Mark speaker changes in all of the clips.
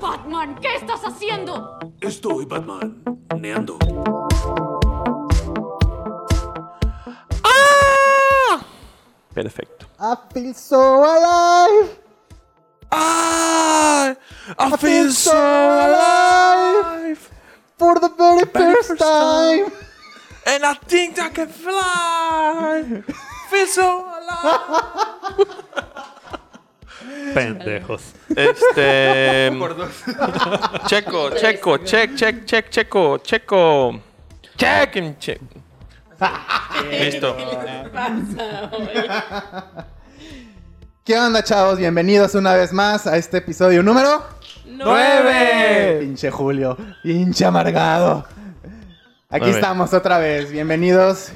Speaker 1: Batman! ¿Qué estás haciendo?
Speaker 2: Estoy Batman, neando.
Speaker 3: ¡Ah! Perfecto.
Speaker 4: I feel so alive.
Speaker 3: ¡Ah! I feel so alive.
Speaker 4: For the very first
Speaker 3: first
Speaker 4: time.
Speaker 3: And I think I can fly. Feel so alive.
Speaker 5: Pendejos.
Speaker 3: Este. checo, checo, check, check, check, checo, checo. Check and check. Listo.
Speaker 4: ¿Qué onda, chavos? Bienvenidos una vez más a este episodio número
Speaker 3: ¡Nueve!
Speaker 4: Pinche Julio, pinche amargado. Aquí
Speaker 3: Nueve.
Speaker 4: estamos otra vez. Bienvenidos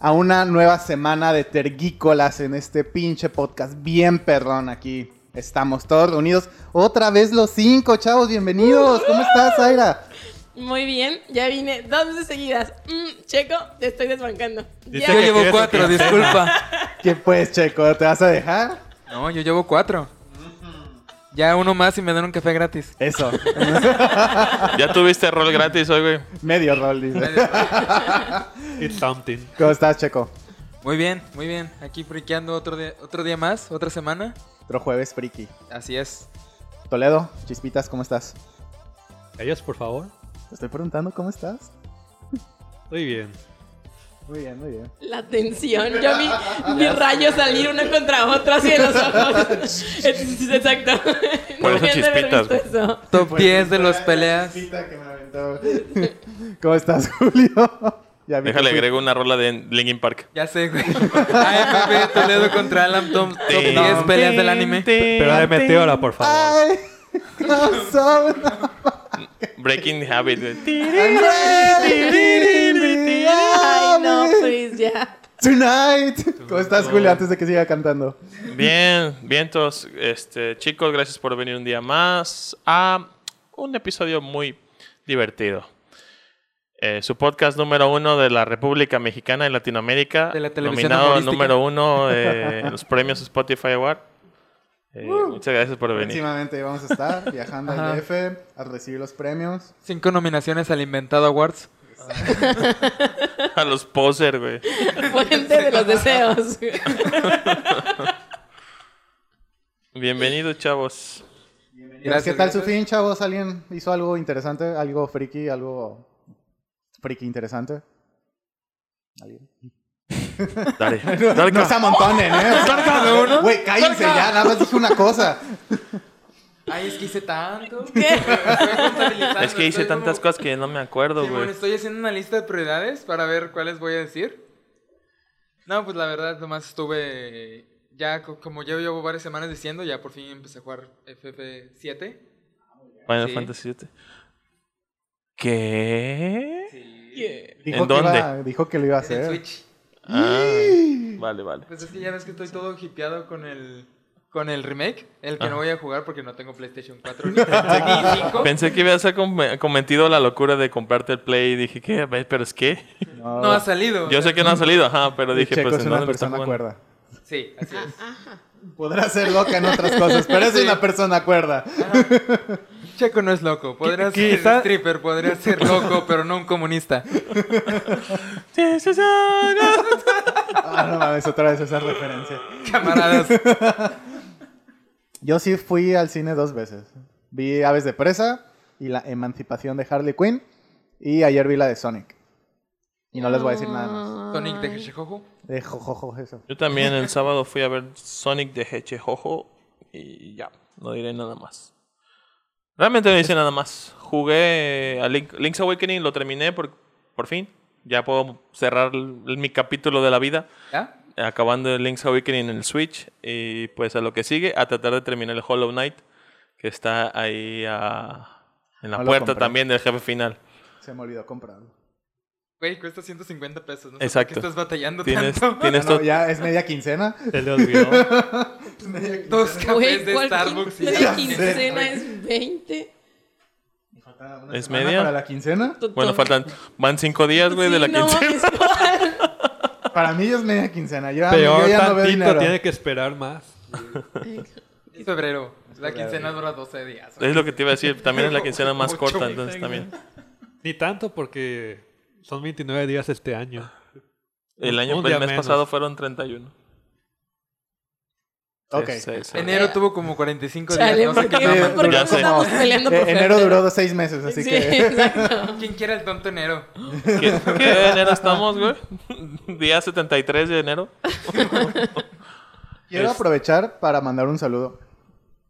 Speaker 4: a una nueva semana de tergícolas en este pinche podcast. Bien perdón, aquí estamos todos reunidos. Otra vez los cinco, chavos, bienvenidos. ¿Cómo estás, Aira?
Speaker 6: Muy bien, ya vine dos veces seguidas. Mm, checo, te estoy desbancando.
Speaker 5: Dice
Speaker 6: Ya.
Speaker 7: Yo
Speaker 5: que
Speaker 7: llevo
Speaker 5: quieres
Speaker 7: cuatro,
Speaker 5: que-
Speaker 7: disculpa.
Speaker 4: ¿Qué pues, Checo? ¿Te vas a dejar?
Speaker 7: No, yo llevo cuatro. Ya uno más y me dan un café gratis.
Speaker 4: Eso,
Speaker 3: Ya tuviste rol gratis hoy, güey.
Speaker 4: medio rol, dice.
Speaker 5: It's something.
Speaker 4: ¿Cómo estás, Checo?
Speaker 7: Muy bien, muy bien. Aquí friqueando otro día, otro día más, otra semana.
Speaker 4: Otro jueves friki.
Speaker 7: Así es.
Speaker 4: Toledo, Chispitas, ¿cómo estás?
Speaker 5: Ellos, por favor.
Speaker 4: Te estoy preguntando cómo estás.
Speaker 5: Muy bien.
Speaker 4: Muy bien, muy bien.
Speaker 6: La tensión, yo vi mis rayos salir uno contra otro así en los ojos. Es- Exacto.
Speaker 3: Por eso
Speaker 6: me habían de haber
Speaker 3: chispitas,
Speaker 6: visto eso.
Speaker 7: Top
Speaker 4: Pues,
Speaker 7: 10 Pues, de los peleas.
Speaker 4: ¿Cómo estás, Julio? Ya vi que
Speaker 3: Déjale,
Speaker 4: fui-
Speaker 3: agrego una rola de Linkin Park.
Speaker 7: Ya sé, güey. Ah, AMP Toledo contra Alan Tom. Top 10 peleas del anime.
Speaker 5: Pero de Meteora, por favor.
Speaker 4: Ay, no, so- no.
Speaker 3: Breaking Habit. güey.
Speaker 6: Ay, no, pues ya.
Speaker 4: Tonight. ¿Cómo estás, Julio? Antes de que siga cantando.
Speaker 3: Bien, vientos. Este, chicos, gracias por venir un día más a un episodio muy divertido. Eh, su podcast número uno de la República Mexicana y Latinoamérica.
Speaker 7: De la televisión
Speaker 3: nominado al
Speaker 7: humorística.
Speaker 3: número uno eh, en los premios Spotify Award. Eh,
Speaker 7: Uh.
Speaker 3: Muchas gracias por venir.
Speaker 4: Próximamente vamos a estar viajando
Speaker 7: Ajá.
Speaker 4: al DF a recibir los premios.
Speaker 7: Cinco nominaciones al Inventado Awards.
Speaker 3: A los poser, güey.
Speaker 6: Fuente de los deseos.
Speaker 3: Bienvenidos, chavos.
Speaker 4: Gracias, ¿Qué tal
Speaker 7: gracias.
Speaker 4: su fin, chavos? ¿Alguien hizo algo interesante? ¿Algo friki? ¿Algo friki interesante? ¿Alguien?
Speaker 3: Dale.
Speaker 4: No,
Speaker 3: Dale,
Speaker 4: no se amontonen, ¿eh? O sea, Güey, cállense ya, nada más dije una cosa.
Speaker 7: Ay, es que hice tanto.
Speaker 6: ¿Qué?
Speaker 3: Es que hice tantas cosas que no me acuerdo,
Speaker 7: Sí, bueno,
Speaker 3: güey.
Speaker 7: estoy haciendo una lista de prioridades para ver cuáles voy a decir. No, pues la verdad, nomás estuve. Ya, co- como ya llevo varias semanas diciendo, ya por fin empecé a jugar FF7.
Speaker 3: Final
Speaker 7: Sí.
Speaker 3: Fantasy VII. ¿Qué?
Speaker 4: Dijo
Speaker 3: ¿En
Speaker 4: que iba-
Speaker 3: dónde?
Speaker 4: dijo que lo iba a
Speaker 7: En el
Speaker 4: hacer.
Speaker 7: Switch.
Speaker 3: Ah, vale, vale.
Speaker 7: Pues es que ya ves que estoy todo hipeado con el. Con el remake, el que
Speaker 3: Ah.
Speaker 7: no voy a jugar porque no tengo PlayStation 4 ni 5.
Speaker 3: Pensé que habías com- cometido la locura de comprarte el Play y dije, ¿qué? A ver, ¿Pero es qué?
Speaker 4: No,
Speaker 7: No ha salido.
Speaker 3: Yo sé que no ha salido, ajá, pero
Speaker 4: el
Speaker 3: dije,
Speaker 4: Checo es
Speaker 3: pues ¿en
Speaker 4: una
Speaker 3: dónde lo está
Speaker 4: persona
Speaker 3: jugando?
Speaker 4: cuerda.
Speaker 7: Sí, así es.
Speaker 4: Podrá ser loca en otras cosas, pero es
Speaker 7: Sí.
Speaker 4: una persona cuerda.
Speaker 7: Checo no es loco. Podría
Speaker 5: Qui-
Speaker 7: ser
Speaker 5: quizá-
Speaker 7: stripper, podría ser loco, pero no un comunista.
Speaker 3: Sí, sí, sí, no.
Speaker 4: Ah, no mames, otra vez esa referencia.
Speaker 7: Camaradas.
Speaker 4: Yo sí fui al cine dos veces. Vi Aves de Presa y la emancipación de Harley Quinn. Y ayer vi la de Sonic. Y no les voy a decir nada más.
Speaker 7: Sonic de Heshehoho.
Speaker 4: De jojojo eso.
Speaker 3: Yo también el sábado fui a ver Sonic de Hechejojo y ya, no diré nada más. Realmente no hice nada más. Jugué a Link- Link's Awakening, lo terminé por, por fin. Ya puedo cerrar l- mi capítulo de la vida.
Speaker 7: ¿Ya?
Speaker 3: acabando el Link's Awakening en el Switch y pues a lo que sigue, a tratar de terminar el Hollow Knight, que está ahí ah, en la
Speaker 4: No lo
Speaker 3: puerta
Speaker 4: compré.
Speaker 3: también del jefe final.
Speaker 4: Se me olvidó comprarlo.
Speaker 7: Güey, cuesta 150 pesos. No
Speaker 3: Exacto.
Speaker 7: Exacto. estás batallando
Speaker 3: Tienes,
Speaker 7: tanto.
Speaker 3: tienes
Speaker 4: Ah, no,
Speaker 3: to-
Speaker 4: ya es media quincena.
Speaker 5: Se le olvidó.
Speaker 7: Dos cafés
Speaker 6: Güey,
Speaker 7: de
Speaker 6: ¿cuál
Speaker 7: Starbucks. y
Speaker 6: quin-
Speaker 7: ya.
Speaker 6: de quincena es 20
Speaker 3: ¿Es
Speaker 4: Ah, ¿Semana
Speaker 3: media?
Speaker 4: Para la quincena.
Speaker 3: Bueno, faltan, van cinco días, güey, de la quincena.
Speaker 4: Para mí ya es media quincena. Yo, yo
Speaker 5: Peor
Speaker 4: ya no veo
Speaker 5: tantito,
Speaker 4: dinero.
Speaker 5: tiene que esperar más.
Speaker 8: Y febrero. La
Speaker 4: febrero.
Speaker 8: quincena dura 12 días.
Speaker 3: Es lo que te iba a decir. También es la quincena más
Speaker 8: Ocho,
Speaker 3: corta,
Speaker 8: güey.
Speaker 3: entonces también.
Speaker 5: Ni tanto porque son 29 días este año.
Speaker 3: El año,
Speaker 5: Un
Speaker 3: el
Speaker 5: día
Speaker 3: mes
Speaker 5: menos.
Speaker 3: pasado fueron 31.
Speaker 4: Ok.
Speaker 3: Sí, sí, sí.
Speaker 8: Enero tuvo como 45
Speaker 6: Eh. Chale,
Speaker 8: días. No sé
Speaker 6: ¿por
Speaker 8: qué
Speaker 6: qué,
Speaker 4: Eh,
Speaker 8: más.
Speaker 6: por qué
Speaker 3: Ya
Speaker 6: nos
Speaker 3: sé.
Speaker 6: estamos peleando por
Speaker 4: Eh, enero
Speaker 6: febrero?
Speaker 4: duró seis meses, así
Speaker 6: Sí,
Speaker 4: que.
Speaker 6: exacto.
Speaker 8: ¿Quién quiere el tonto enero?
Speaker 3: ¿Qué, qué enero estamos, güey? Día 73 de enero.
Speaker 4: Quiero
Speaker 3: Es-
Speaker 4: aprovechar para mandar un saludo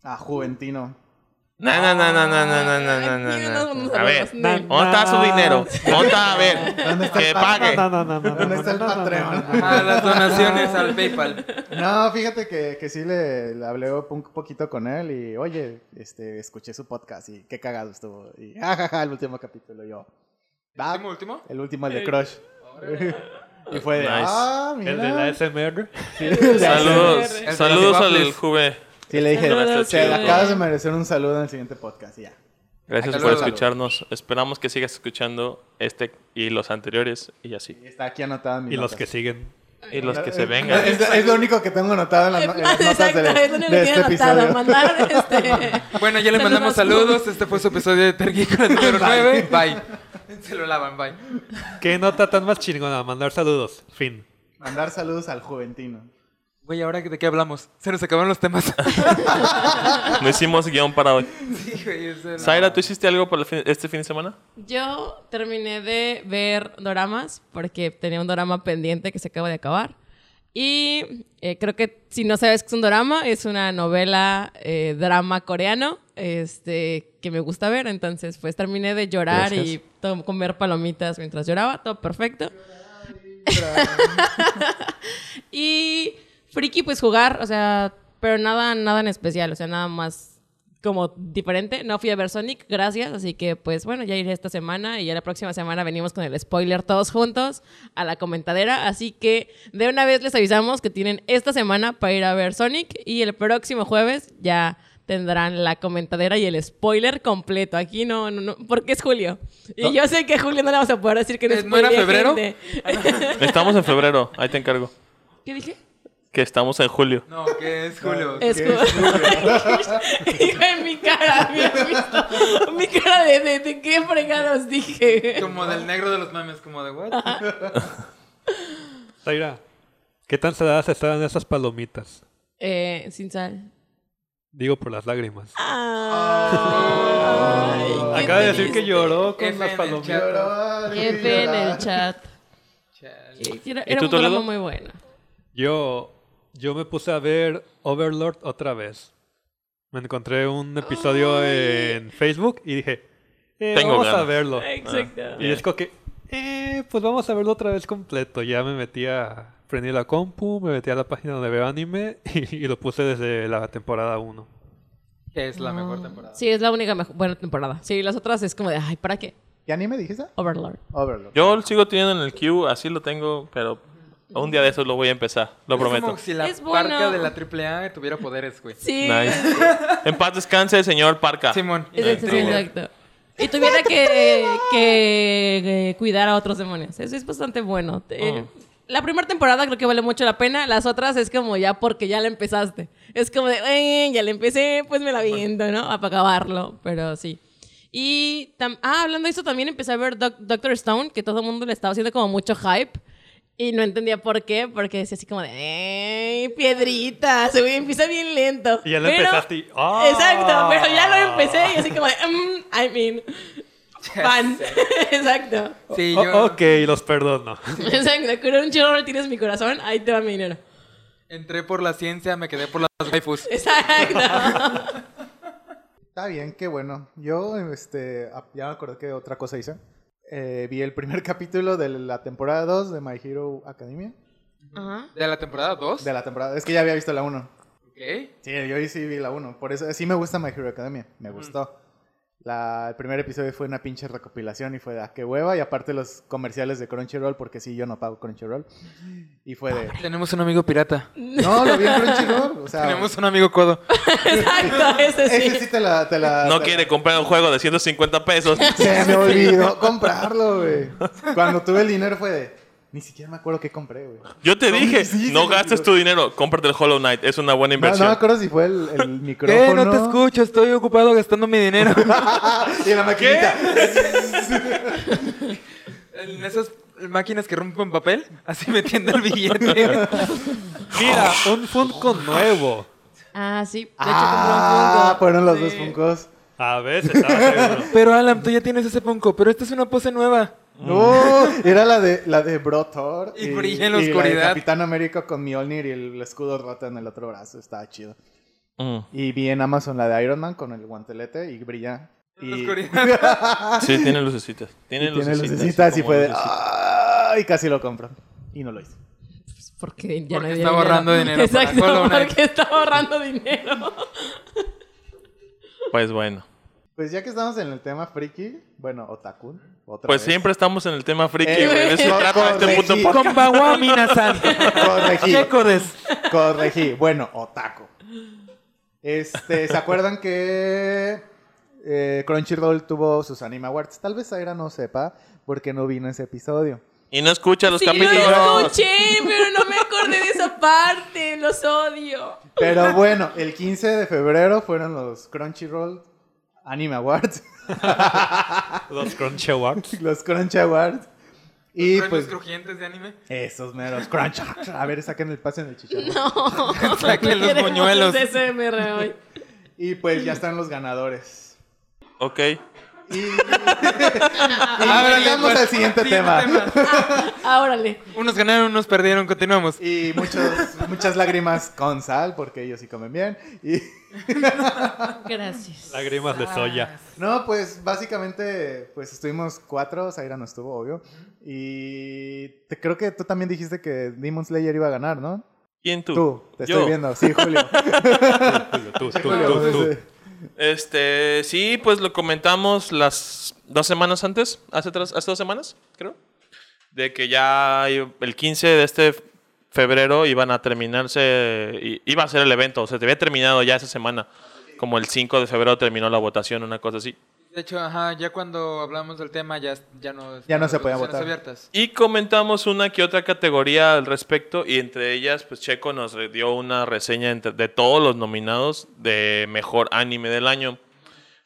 Speaker 4: a Juventino.
Speaker 3: No, no, no, no, no, no, no, no, no,
Speaker 6: Ay,
Speaker 3: no,
Speaker 6: no nos
Speaker 3: no. A ver,
Speaker 6: hablamos de él.
Speaker 3: ¿dónde está su dinero? ¿Dónde está? A
Speaker 4: ¿Dónde
Speaker 3: ver,
Speaker 4: está
Speaker 3: que
Speaker 4: el pan?
Speaker 3: pague.
Speaker 5: No, no, no, no, no,
Speaker 4: ¿Dónde
Speaker 5: no,
Speaker 4: está el
Speaker 5: no, no, no,
Speaker 4: Patreon?
Speaker 5: no, no.
Speaker 8: A Ah, las donaciones al PayPal.
Speaker 4: No, fíjate que, que sí le, le hablé un poquito con él y, oye, este, escuché su podcast y qué cagado estuvo. Y, jajaja, el último capítulo. y yo, va,
Speaker 8: ¿Último, último?
Speaker 4: el último, el de Crush. y fue de,
Speaker 3: Nice.
Speaker 4: ah, mira.
Speaker 5: El de la SMR.
Speaker 4: El de la-
Speaker 3: Saludos,
Speaker 6: El
Speaker 8: de los
Speaker 3: saludos al
Speaker 8: waffles.
Speaker 3: Juve.
Speaker 4: Sí, le dije,
Speaker 6: Saludos,
Speaker 4: te
Speaker 6: chido.
Speaker 4: acabas de merecer un saludo en el siguiente podcast y ya.
Speaker 3: Gracias
Speaker 8: Hasta
Speaker 3: por
Speaker 8: luego.
Speaker 3: escucharnos. Esperamos que sigas escuchando este y los anteriores y así.
Speaker 4: Y está aquí anotado en mi
Speaker 5: Y los que siguen.
Speaker 3: Y los que se vengan.
Speaker 4: Es, es lo único que tengo anotado en, las no- en las notas
Speaker 6: Exacto,
Speaker 4: del-
Speaker 6: es lo único
Speaker 4: de
Speaker 6: que
Speaker 4: este
Speaker 6: tiene anotado.
Speaker 4: episodio.
Speaker 6: Mandar este.
Speaker 8: Bueno, ya le mandamos
Speaker 6: Saludos.
Speaker 8: saludos. Este fue su episodio de Tergícola número 9. Bye. Se lo lavan, bye.
Speaker 5: ¿Qué nota tan más chingona? Mandar saludos. Fin.
Speaker 4: Mandar saludos al Juventino.
Speaker 8: Güey, ¿ahora de qué hablamos? Se nos acabaron los temas.
Speaker 3: No hicimos guión para hoy.
Speaker 8: sí, güey, ese era-
Speaker 3: Zaira, ¿tú hiciste algo para el fin- este fin de semana?
Speaker 6: Yo terminé de ver doramas porque tenía un dorama pendiente que se acaba de acabar. Y eh, creo que si no sabes que es un dorama, es una novela eh, drama coreano este, que me gusta ver. Entonces, pues terminé de llorar y to- comer palomitas mientras lloraba. Todo perfecto. y friki, pues jugar, o sea, pero nada, nada en especial, o sea, nada más como diferente. No fui a ver Sonic, gracias, así que pues bueno, ya iré esta semana y ya la próxima semana venimos con el spoiler todos juntos a la comentadera, así que de una vez les avisamos que tienen esta semana para ir a ver Sonic y el próximo jueves ya tendrán la comentadera y el spoiler completo. Aquí no, no, no, porque es julio. Y yo sé que julio no le vamos a poder decir que no
Speaker 8: Eh, ¿no era
Speaker 6: spoilee
Speaker 8: febrero?
Speaker 6: gente.
Speaker 3: Estamos en febrero, ahí te encargo.
Speaker 6: ¿Qué dije?
Speaker 3: Que estamos en julio.
Speaker 8: No, que es Julio.
Speaker 6: Es ju- Hijo de mi cara, había visto mi cara de, de, de qué fregados dije.
Speaker 8: Como del negro de los memes, como de what?
Speaker 5: Zaira, ¿qué tan saladas estaban esas palomitas?
Speaker 6: Eh, sin sal.
Speaker 5: Digo por las lágrimas.
Speaker 6: Ay, qué
Speaker 5: Ah. Acaba de decir
Speaker 6: triste.
Speaker 5: que lloró
Speaker 8: F
Speaker 5: con las
Speaker 8: en el
Speaker 5: palomitas.
Speaker 8: chat.
Speaker 6: F en el chat.
Speaker 8: Chale.
Speaker 6: Era,
Speaker 3: ¿Y
Speaker 6: era
Speaker 3: tú,
Speaker 6: un programa
Speaker 3: Toledo?
Speaker 6: muy bueno.
Speaker 5: Yo, yo me puse a ver Overlord otra vez. Me encontré un episodio en Facebook y dije, eh,
Speaker 3: Tengo
Speaker 5: vamos a
Speaker 3: ganas.
Speaker 5: verlo.
Speaker 6: Exacto.
Speaker 5: Y es como que, eh, pues vamos a verlo otra vez completo. Ya me metí a... Prendí la compu, me metí a la página donde veo anime y, y lo puse desde la temporada 1.
Speaker 8: Que es la mejor temporada.
Speaker 6: Sí, es la única mejor, buena temporada. Sí, las otras es como de, ay, ¿para qué?
Speaker 4: ¿Qué anime dijiste?
Speaker 6: Overlord.
Speaker 4: Overlord.
Speaker 3: Yo lo sigo teniendo en el queue, así lo tengo, pero un día de esos lo voy a empezar, lo
Speaker 8: es
Speaker 3: prometo.
Speaker 8: como si la
Speaker 6: Es bueno.
Speaker 8: parca de la AAA tuviera poderes, güey.
Speaker 6: Sí.
Speaker 3: Nice. En paz descanse, señor Parca. Este,
Speaker 8: Simón.
Speaker 6: Es- es- es- exacto. Y tuviera que, que, eh, cuidar a otros demonios. Eso es bastante bueno.
Speaker 5: Oh.
Speaker 6: Te- La primera temporada creo que vale mucho la pena. Las otras es como ya porque ya la empezaste. Es como de, "Eh, ya la empecé, pues me la viendo, ¿no? Para acabarlo. Pero sí. Y, tam- ah, hablando de eso, también empecé a ver Doc- Doctor Stone, que todo el mundo le estaba haciendo como mucho hype. Y no entendía por qué, porque decía así como de, "Ey, piedrita! Se empieza bien lento.
Speaker 5: Y ya lo
Speaker 6: Pero-
Speaker 5: empezaste y, ¡ah!
Speaker 6: Exacto, pero ya lo empecé y así como de, "Mm, I mean, fan. Exacto.
Speaker 8: Sí,
Speaker 4: Oh,
Speaker 5: O-
Speaker 8: yo
Speaker 5: ok, los perdono.
Speaker 6: Exacto, con un chorro tienes mi corazón, ahí te va mi dinero.
Speaker 8: entré por la ciencia, me quedé por las waifus.
Speaker 6: Exacto.
Speaker 4: Está bien, qué bueno. Yo, este, ap- ya me acordé que otra cosa hice. Eh, vi el primer capítulo de la temporada 2 de My Hero Academia.
Speaker 6: Ajá.
Speaker 8: ¿De la temporada 2?
Speaker 4: De la temporada, es que ya había visto la 1.
Speaker 8: Ok.
Speaker 4: Sí, yo ahí sí vi la 1. Por eso, sí me gusta My Hero Academia. Me gustó. La, el primer episodio fue una pinche recopilación y fue de, ah, qué hueva. Y aparte los comerciales de Crunchyroll, porque sí, yo no pago Crunchyroll. Y fue de,
Speaker 8: Tenemos un amigo pirata.
Speaker 4: no, lo vi en Crunchyroll.
Speaker 6: Ah.
Speaker 4: O sea,
Speaker 8: Tenemos un amigo codo.
Speaker 6: Exacto, ese sí.
Speaker 4: ese sí te la... te la-
Speaker 3: No
Speaker 4: te-
Speaker 3: quiere comprar un juego de 150 pesos.
Speaker 4: Se me olvidó comprarlo, güey. Cuando tuve el dinero fue de, Ni siquiera me acuerdo qué compré, güey.
Speaker 3: Yo te
Speaker 4: No,
Speaker 3: dije,
Speaker 4: sí, sí,
Speaker 3: no
Speaker 4: sí,
Speaker 3: gastes
Speaker 4: sí.
Speaker 3: tu dinero, cómprate el Hollow Knight, es una buena
Speaker 4: No, no
Speaker 3: inversión.
Speaker 4: me acuerdo si fue el, el micrófono.
Speaker 8: Eh,
Speaker 7: ¿Qué? No te escucho, estoy ocupado gastando mi dinero.
Speaker 4: Y la maquinita.
Speaker 7: en esas máquinas que rompen papel, así metiendo el billete.
Speaker 5: Mira, Ah, un Funko nuevo.
Speaker 6: Ah, sí. De hecho,
Speaker 4: Ah,
Speaker 6: compré un
Speaker 4: fueron los
Speaker 6: Sí.
Speaker 4: dos Funkos.
Speaker 5: A veces, estaba seguro.
Speaker 7: Pero Alan, tú ya tienes ese punco, pero esta es una pose nueva.
Speaker 4: No, era la de la de Brotor
Speaker 7: Mm. Y brilla en la
Speaker 4: de
Speaker 7: oscuridad.
Speaker 4: Capitán América con Mjolnir y el escudo roto en el otro brazo, estaba chido.
Speaker 3: Mm.
Speaker 4: Y vi en Amazon la de Iron Man con el guantelete y brilla.
Speaker 7: En
Speaker 4: Y,
Speaker 7: la
Speaker 4: y
Speaker 7: oscuridad.
Speaker 3: Sí, tiene lucecitas. Tiene,
Speaker 4: tiene
Speaker 3: lucecitas.
Speaker 4: lucecitas y
Speaker 3: como
Speaker 4: fue de,
Speaker 3: lucecitas.
Speaker 4: "Ah", y casi lo compro. Y no lo hice.
Speaker 6: Funko. Porque ya
Speaker 8: Porque
Speaker 6: no hay
Speaker 8: está ahorrando dinero para
Speaker 6: Exacto,
Speaker 8: Hollow Knight.
Speaker 6: porque está ahorrando dinero.
Speaker 4: "Ah".
Speaker 3: Pues bueno.
Speaker 4: Pues ya que estamos en el tema friki, bueno, otaku, otra
Speaker 3: Pues
Speaker 4: vez.
Speaker 3: siempre estamos en el tema friki,
Speaker 4: Eh,
Speaker 3: güey. De eso
Speaker 4: no,
Speaker 3: trata este
Speaker 4: corregí.
Speaker 3: puto podcast.
Speaker 7: Con Bawa Minasan.
Speaker 4: corregí,
Speaker 7: Checodes.
Speaker 4: corregí. Bueno, otaku. Este, ¿se acuerdan que eh, Crunchyroll tuvo sus Anime Awards? Tal vez Aira no sepa porque no vino ese episodio.
Speaker 3: Y no escucha los
Speaker 6: Sí, lo
Speaker 3: capítulos.
Speaker 6: escuché, pero no me acordé de esa parte. Los odio.
Speaker 4: Pero bueno, el 15 de febrero fueron los Crunchyroll Anime Awards,
Speaker 5: Los Crunchy Awards.
Speaker 4: los Crunch Awards. Y
Speaker 8: Premios
Speaker 4: pues
Speaker 8: crujientes de anime.
Speaker 4: esos meros Crunch. A ver, saquen el pase en el chicharrón.
Speaker 6: No.
Speaker 7: Saquen los
Speaker 6: Queremos
Speaker 7: buñuelos.
Speaker 6: SMR hoy.
Speaker 4: Y pues ya están los ganadores.
Speaker 3: Ok.
Speaker 4: Y, y pasamos al siguiente tema.
Speaker 6: Ah, órale.
Speaker 7: Unos ganaron, unos perdieron, continuamos.
Speaker 4: Y muchos, muchas lágrimas con sal, porque ellos sí comen bien. Y
Speaker 6: Gracias.
Speaker 5: Lágrimas de soya.
Speaker 4: no, pues básicamente, pues estuvimos cuatro, Zaira no estuvo, obvio. Y te, creo que tú también dijiste que Demon Slayer iba a ganar, ¿no?
Speaker 3: ¿Quién tú?
Speaker 4: Tú, te
Speaker 3: Yo.
Speaker 4: estoy viendo, sí, Julio.
Speaker 5: Julio, tú, tú, tú,
Speaker 4: Julio, sí.
Speaker 5: tú.
Speaker 3: Este, sí, pues lo comentamos las dos semanas antes, hace, tres- hace dos semanas, creo, de que ya i- el 15 de este febrero iban a terminarse, i- iba a ser el evento, o sea, te había terminado ya esa semana, como el 5 de febrero terminó la votación, una cosa así.
Speaker 8: De hecho, ajá, ya cuando hablamos del tema ya, ya no...
Speaker 4: Ya no
Speaker 8: estaban
Speaker 4: se
Speaker 8: las
Speaker 4: podía
Speaker 8: votaciones
Speaker 4: votar.
Speaker 8: abiertas.
Speaker 3: Y comentamos una que otra categoría al respecto y entre ellas, pues Checo nos re- dio una reseña entre- de todos los nominados de mejor anime del año.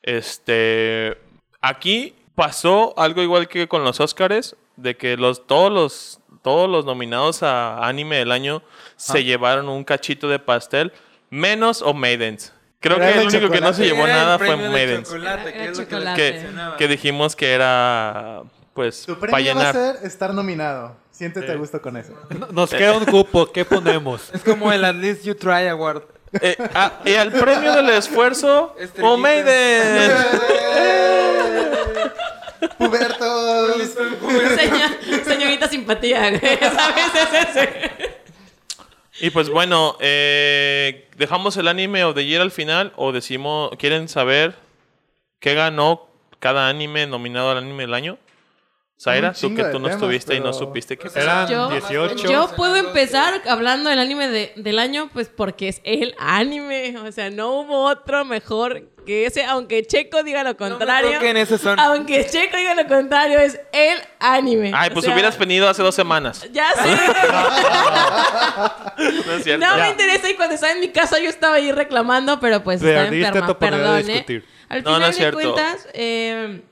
Speaker 3: Este, aquí pasó algo igual que con los Oscars, de que los, todos, los, todos los nominados a anime del año se llevaron un cachito de pastel, menos o Maidens. Creo
Speaker 4: Era
Speaker 3: que el
Speaker 4: el
Speaker 3: único que no se
Speaker 4: chocolate.
Speaker 3: llevó
Speaker 8: Era el
Speaker 3: nada fue
Speaker 8: premio del
Speaker 3: Maidens,
Speaker 8: chocolate, que
Speaker 6: Era
Speaker 8: es lo que
Speaker 6: chocolate.
Speaker 3: que,
Speaker 8: mencionaba.
Speaker 3: que dijimos que era, pues,
Speaker 4: Tu
Speaker 3: para
Speaker 4: premio va a
Speaker 3: llenar.
Speaker 4: ser estar nominado. Siéntete a gusto con eso.
Speaker 5: No- Nos queda un cupo, ¿qué ponemos?
Speaker 7: Es como el At least you try award.
Speaker 3: Eh, a- y al premio del esfuerzo,
Speaker 8: Estrellitas.
Speaker 3: ¡Oh, Maiden!
Speaker 4: ¡Pubertos!
Speaker 6: Señor- señorita simpatía, güey. ¿Sabes? Es ese.
Speaker 3: Y pues bueno, eh, dejamos el anime of the year al final o decimos, ¿quieren saber qué ganó cada anime nominado al anime del año? Zaira,
Speaker 4: Un
Speaker 3: tú
Speaker 4: chingo
Speaker 3: que
Speaker 4: de
Speaker 3: tú no
Speaker 4: temas,
Speaker 3: estuviste y no
Speaker 4: pero- pues
Speaker 3: supiste qué
Speaker 5: Eran
Speaker 6: Yo-
Speaker 5: 18.
Speaker 6: Yo puedo empezar hablando del anime de- del año, pues porque es el anime. O sea, no hubo otro mejor que ese, aunque Checo diga lo contrario. Ah,
Speaker 7: Creo que en ese son.
Speaker 6: aunque Checo diga lo contrario, es el anime.
Speaker 3: Ay,
Speaker 6: O
Speaker 3: pues
Speaker 6: sea,
Speaker 3: hubieras venido hace dos semanas.
Speaker 6: Ya sé.
Speaker 3: No es cierto.
Speaker 6: No me interesa y cuando estaba en mi casa yo estaba ahí reclamando, pero pues
Speaker 5: Te
Speaker 6: estaba
Speaker 5: ardiste
Speaker 6: enferma,
Speaker 5: tu oportunidad de
Speaker 6: perdón, ¿eh?
Speaker 5: discutir.
Speaker 6: Al
Speaker 3: No,
Speaker 6: final
Speaker 3: no es
Speaker 6: de
Speaker 3: cierto.
Speaker 6: cuentas, eh,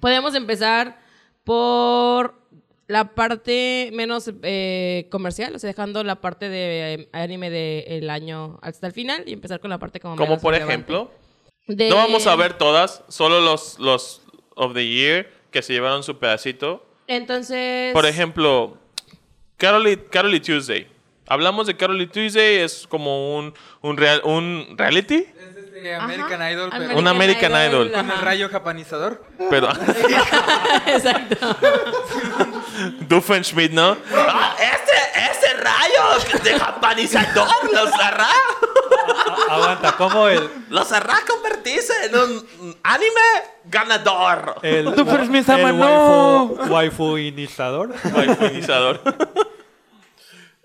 Speaker 6: podemos empezar por la parte menos eh, comercial, o sea, dejando la parte de eh, anime del año hasta el final y empezar con la parte como
Speaker 3: Como
Speaker 6: menos
Speaker 3: por
Speaker 6: relevante.
Speaker 3: ejemplo,
Speaker 6: De-
Speaker 3: no vamos
Speaker 6: Eh.
Speaker 3: a ver todas, solo los, los of the year que se llevaron su pedacito.
Speaker 6: Entonces...
Speaker 3: Por ejemplo, Caroli, Caroli Tuesday. Hablamos de Caroli Tuesday, es como un, un, real, un reality,
Speaker 8: Es este
Speaker 6: ajá,
Speaker 8: American Idol, pero
Speaker 3: Un American Idol.
Speaker 8: con el
Speaker 6: ajá.
Speaker 8: rayo japanizador.
Speaker 3: pero
Speaker 6: Exacto.
Speaker 3: Doofenshmirtz, ¿no? ¡Ah, ¡Este, este rayo de japanizador los hará,
Speaker 5: A- Aguanta, ¿cómo el,
Speaker 3: los hará convertirse en un anime ganador!
Speaker 5: el,
Speaker 7: Tú, pero es mi
Speaker 5: el
Speaker 7: sama, no.
Speaker 5: waifu, waifuinizador?
Speaker 3: Organizador.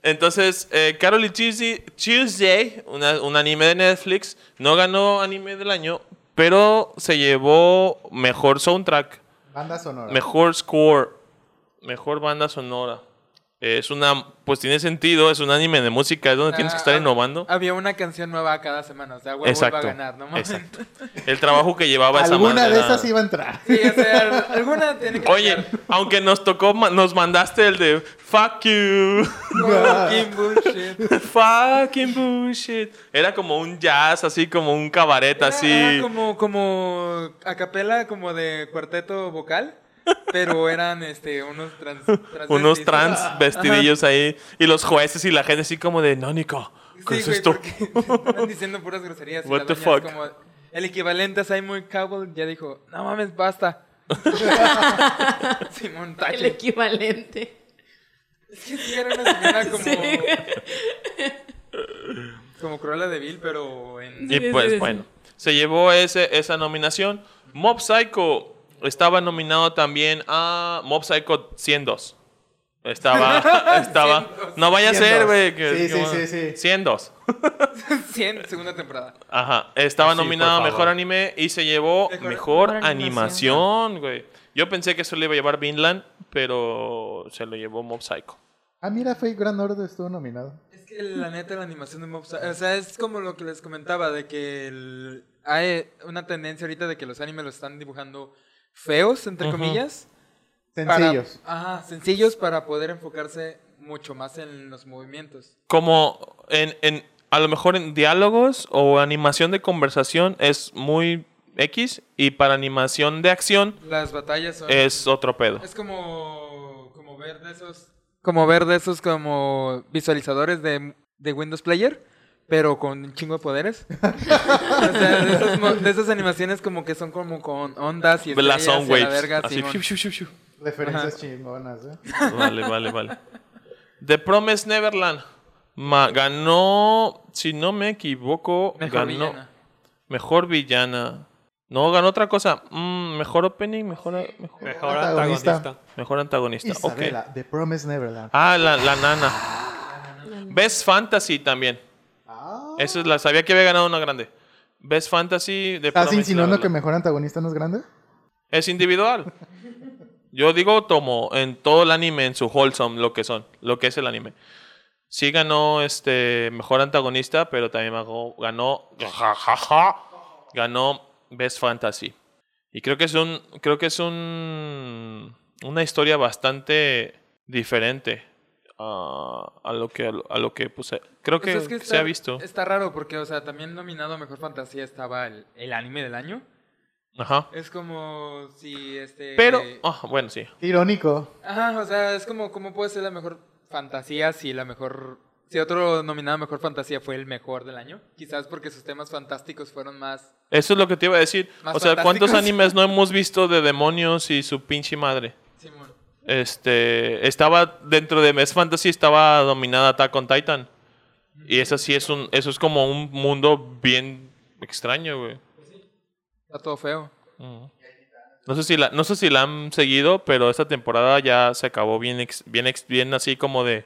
Speaker 3: Entonces, eh, Carol y Tuesday, Tuesday, una- un anime de Netflix, no ganó anime del año, pero se llevó mejor soundtrack,
Speaker 4: Banda sonora.
Speaker 3: mejor score, mejor banda sonora. Es una, pues tiene sentido, es un anime de música, es donde tienes que estar
Speaker 7: Ah,
Speaker 3: innovando.
Speaker 7: Había una canción nueva cada semana, o sea, huevo iba a
Speaker 3: Exacto.
Speaker 7: ganar, ¿no? mames?
Speaker 3: exacto. El trabajo que llevaba esa
Speaker 4: Alguna
Speaker 3: madre
Speaker 4: de
Speaker 3: era-
Speaker 4: esas iba a entrar.
Speaker 7: Sí, o sea, alguna tiene que
Speaker 3: Oye,
Speaker 7: ser.
Speaker 3: aunque nos tocó, ma- nos mandaste el de fuck you,
Speaker 7: Fucking bullshit.
Speaker 3: fucking bullshit. Era como un jazz, así como un cabaret, así.
Speaker 7: Era Ah, como, como a capela, como de cuarteto vocal, pero eran este, unos trans.
Speaker 3: unos
Speaker 7: transvestis.
Speaker 3: trans
Speaker 7: Ajá.
Speaker 3: vestidillos ahí. Y los jueces y la gente así como de, no, Nico, ¿qué
Speaker 7: Sí,
Speaker 3: es
Speaker 7: güey,
Speaker 3: esto?
Speaker 7: porque estaban diciendo puras groserías. y
Speaker 3: What
Speaker 7: la
Speaker 3: the
Speaker 7: doña es
Speaker 3: fuck?
Speaker 7: como- el equivalente a Simon Cowell ya dijo, no mames, basta. Simón
Speaker 6: El
Speaker 7: Tache.
Speaker 6: equivalente.
Speaker 7: Es que sí, era una señora como...
Speaker 6: Sí.
Speaker 7: Como Cruella de Vil, pero en...
Speaker 3: Y
Speaker 6: Sí,
Speaker 3: pues
Speaker 6: sí, sí.
Speaker 3: bueno, se llevó ese, esa nominación. Mob Psycho estaba nominado también a Mob Psycho 102. Estaba, estaba. No vaya a ser,
Speaker 4: 102.
Speaker 3: güey. que-
Speaker 4: Sí, sí,
Speaker 3: que-
Speaker 4: sí, sí.
Speaker 3: 102.
Speaker 7: 100, segunda temporada.
Speaker 3: Ajá. Estaba
Speaker 5: Sí, por
Speaker 3: nominado a
Speaker 5: favor.
Speaker 3: mejor anime y se llevó
Speaker 7: Mejor-
Speaker 3: mejor,
Speaker 6: mejor animación.
Speaker 3: animación, güey. Yo pensé que eso le iba a llevar Vinland, pero se lo llevó Mob Psycho.
Speaker 4: Ah, mira, fue Grand Order estuvo nominado.
Speaker 7: Es que la neta, la animación de Mob Psycho- O sea, es como lo que les comentaba, de que el- hay una tendencia ahorita de que los animes los están dibujando feos, entre
Speaker 3: Ujú.
Speaker 7: comillas. para-
Speaker 4: Sencillos.
Speaker 7: ajá, sencillos para poder enfocarse mucho más en los movimientos.
Speaker 3: como en, en- a lo mejor en diálogos o animación de conversación es muy X y para animación de acción
Speaker 7: Las batallas son...
Speaker 3: es otro pedo.
Speaker 7: Es como, como ver de esos... Como ver de esos como visualizadores de, de Windows Player, pero con un chingo de poderes. o sea, de, esos mo- de esas animaciones como que son como con ondas y estrellas
Speaker 3: Blazón,
Speaker 7: y
Speaker 3: güey.
Speaker 7: la verga,
Speaker 3: Así,
Speaker 7: Simón.
Speaker 3: shiu, shiu, shiu, shiu.
Speaker 4: Referencias chingonas, ¿eh?
Speaker 3: Vale, vale, vale. The Promise Neverland ma- ganó, si no me equivoco,
Speaker 7: Mejor
Speaker 3: ganó
Speaker 7: villana.
Speaker 3: mejor villana. No, ganó otra cosa. Mm, mejor opening, mejor, mejor,
Speaker 5: Mejor
Speaker 4: Antagonista.
Speaker 5: antagonista.
Speaker 3: mejor antagonista. Ok.
Speaker 4: Isabela, Ah, The Promise Neverland.
Speaker 3: Ah, la, la nana. Best Fantasy también.
Speaker 4: Ah.
Speaker 3: Eso es la, sabía que había ganado una grande. Best Fantasy de
Speaker 4: ¿Estás
Speaker 3: Promise
Speaker 4: insinuando que
Speaker 3: Neverland.
Speaker 4: mejor antagonista no es grande?
Speaker 3: Es individual. Yo digo tomo en todo el anime, en su wholesome, lo que son, lo que es el anime. Sí ganó este mejor antagonista, pero también ganó ganó, ganó Best Fantasy. Y creo que es un creo que es un una historia bastante diferente a, a lo que a lo que pues, creo que,
Speaker 7: Pues es
Speaker 3: se ha visto.
Speaker 7: Está raro porque, o sea, también nominado a Mejor Fantasía estaba el, el anime del año.
Speaker 3: Ajá.
Speaker 7: Es como si este...
Speaker 3: Pero ah, bueno, sí.
Speaker 4: Irónico.
Speaker 7: Ajá, o sea, es como cómo puede ser la mejor fantasía si la mejor si otro nominado a mejor fantasía fue el mejor del año, quizás porque sus temas fantásticos fueron más
Speaker 3: Eso es lo que te iba a decir.
Speaker 7: Más
Speaker 3: o sea, ¿cuántos
Speaker 7: fantásticos.
Speaker 3: animes no hemos visto de demonios y su pinche madre?
Speaker 7: Simón.
Speaker 3: Este, estaba dentro de Mes Fantasy estaba dominada Attack on Titan. Y eso sí es un eso es como un mundo bien extraño, güey.
Speaker 7: Está todo feo.
Speaker 3: No sé si la no sé si la han seguido, pero esta temporada ya se acabó bien ex- bien ex- bien así como de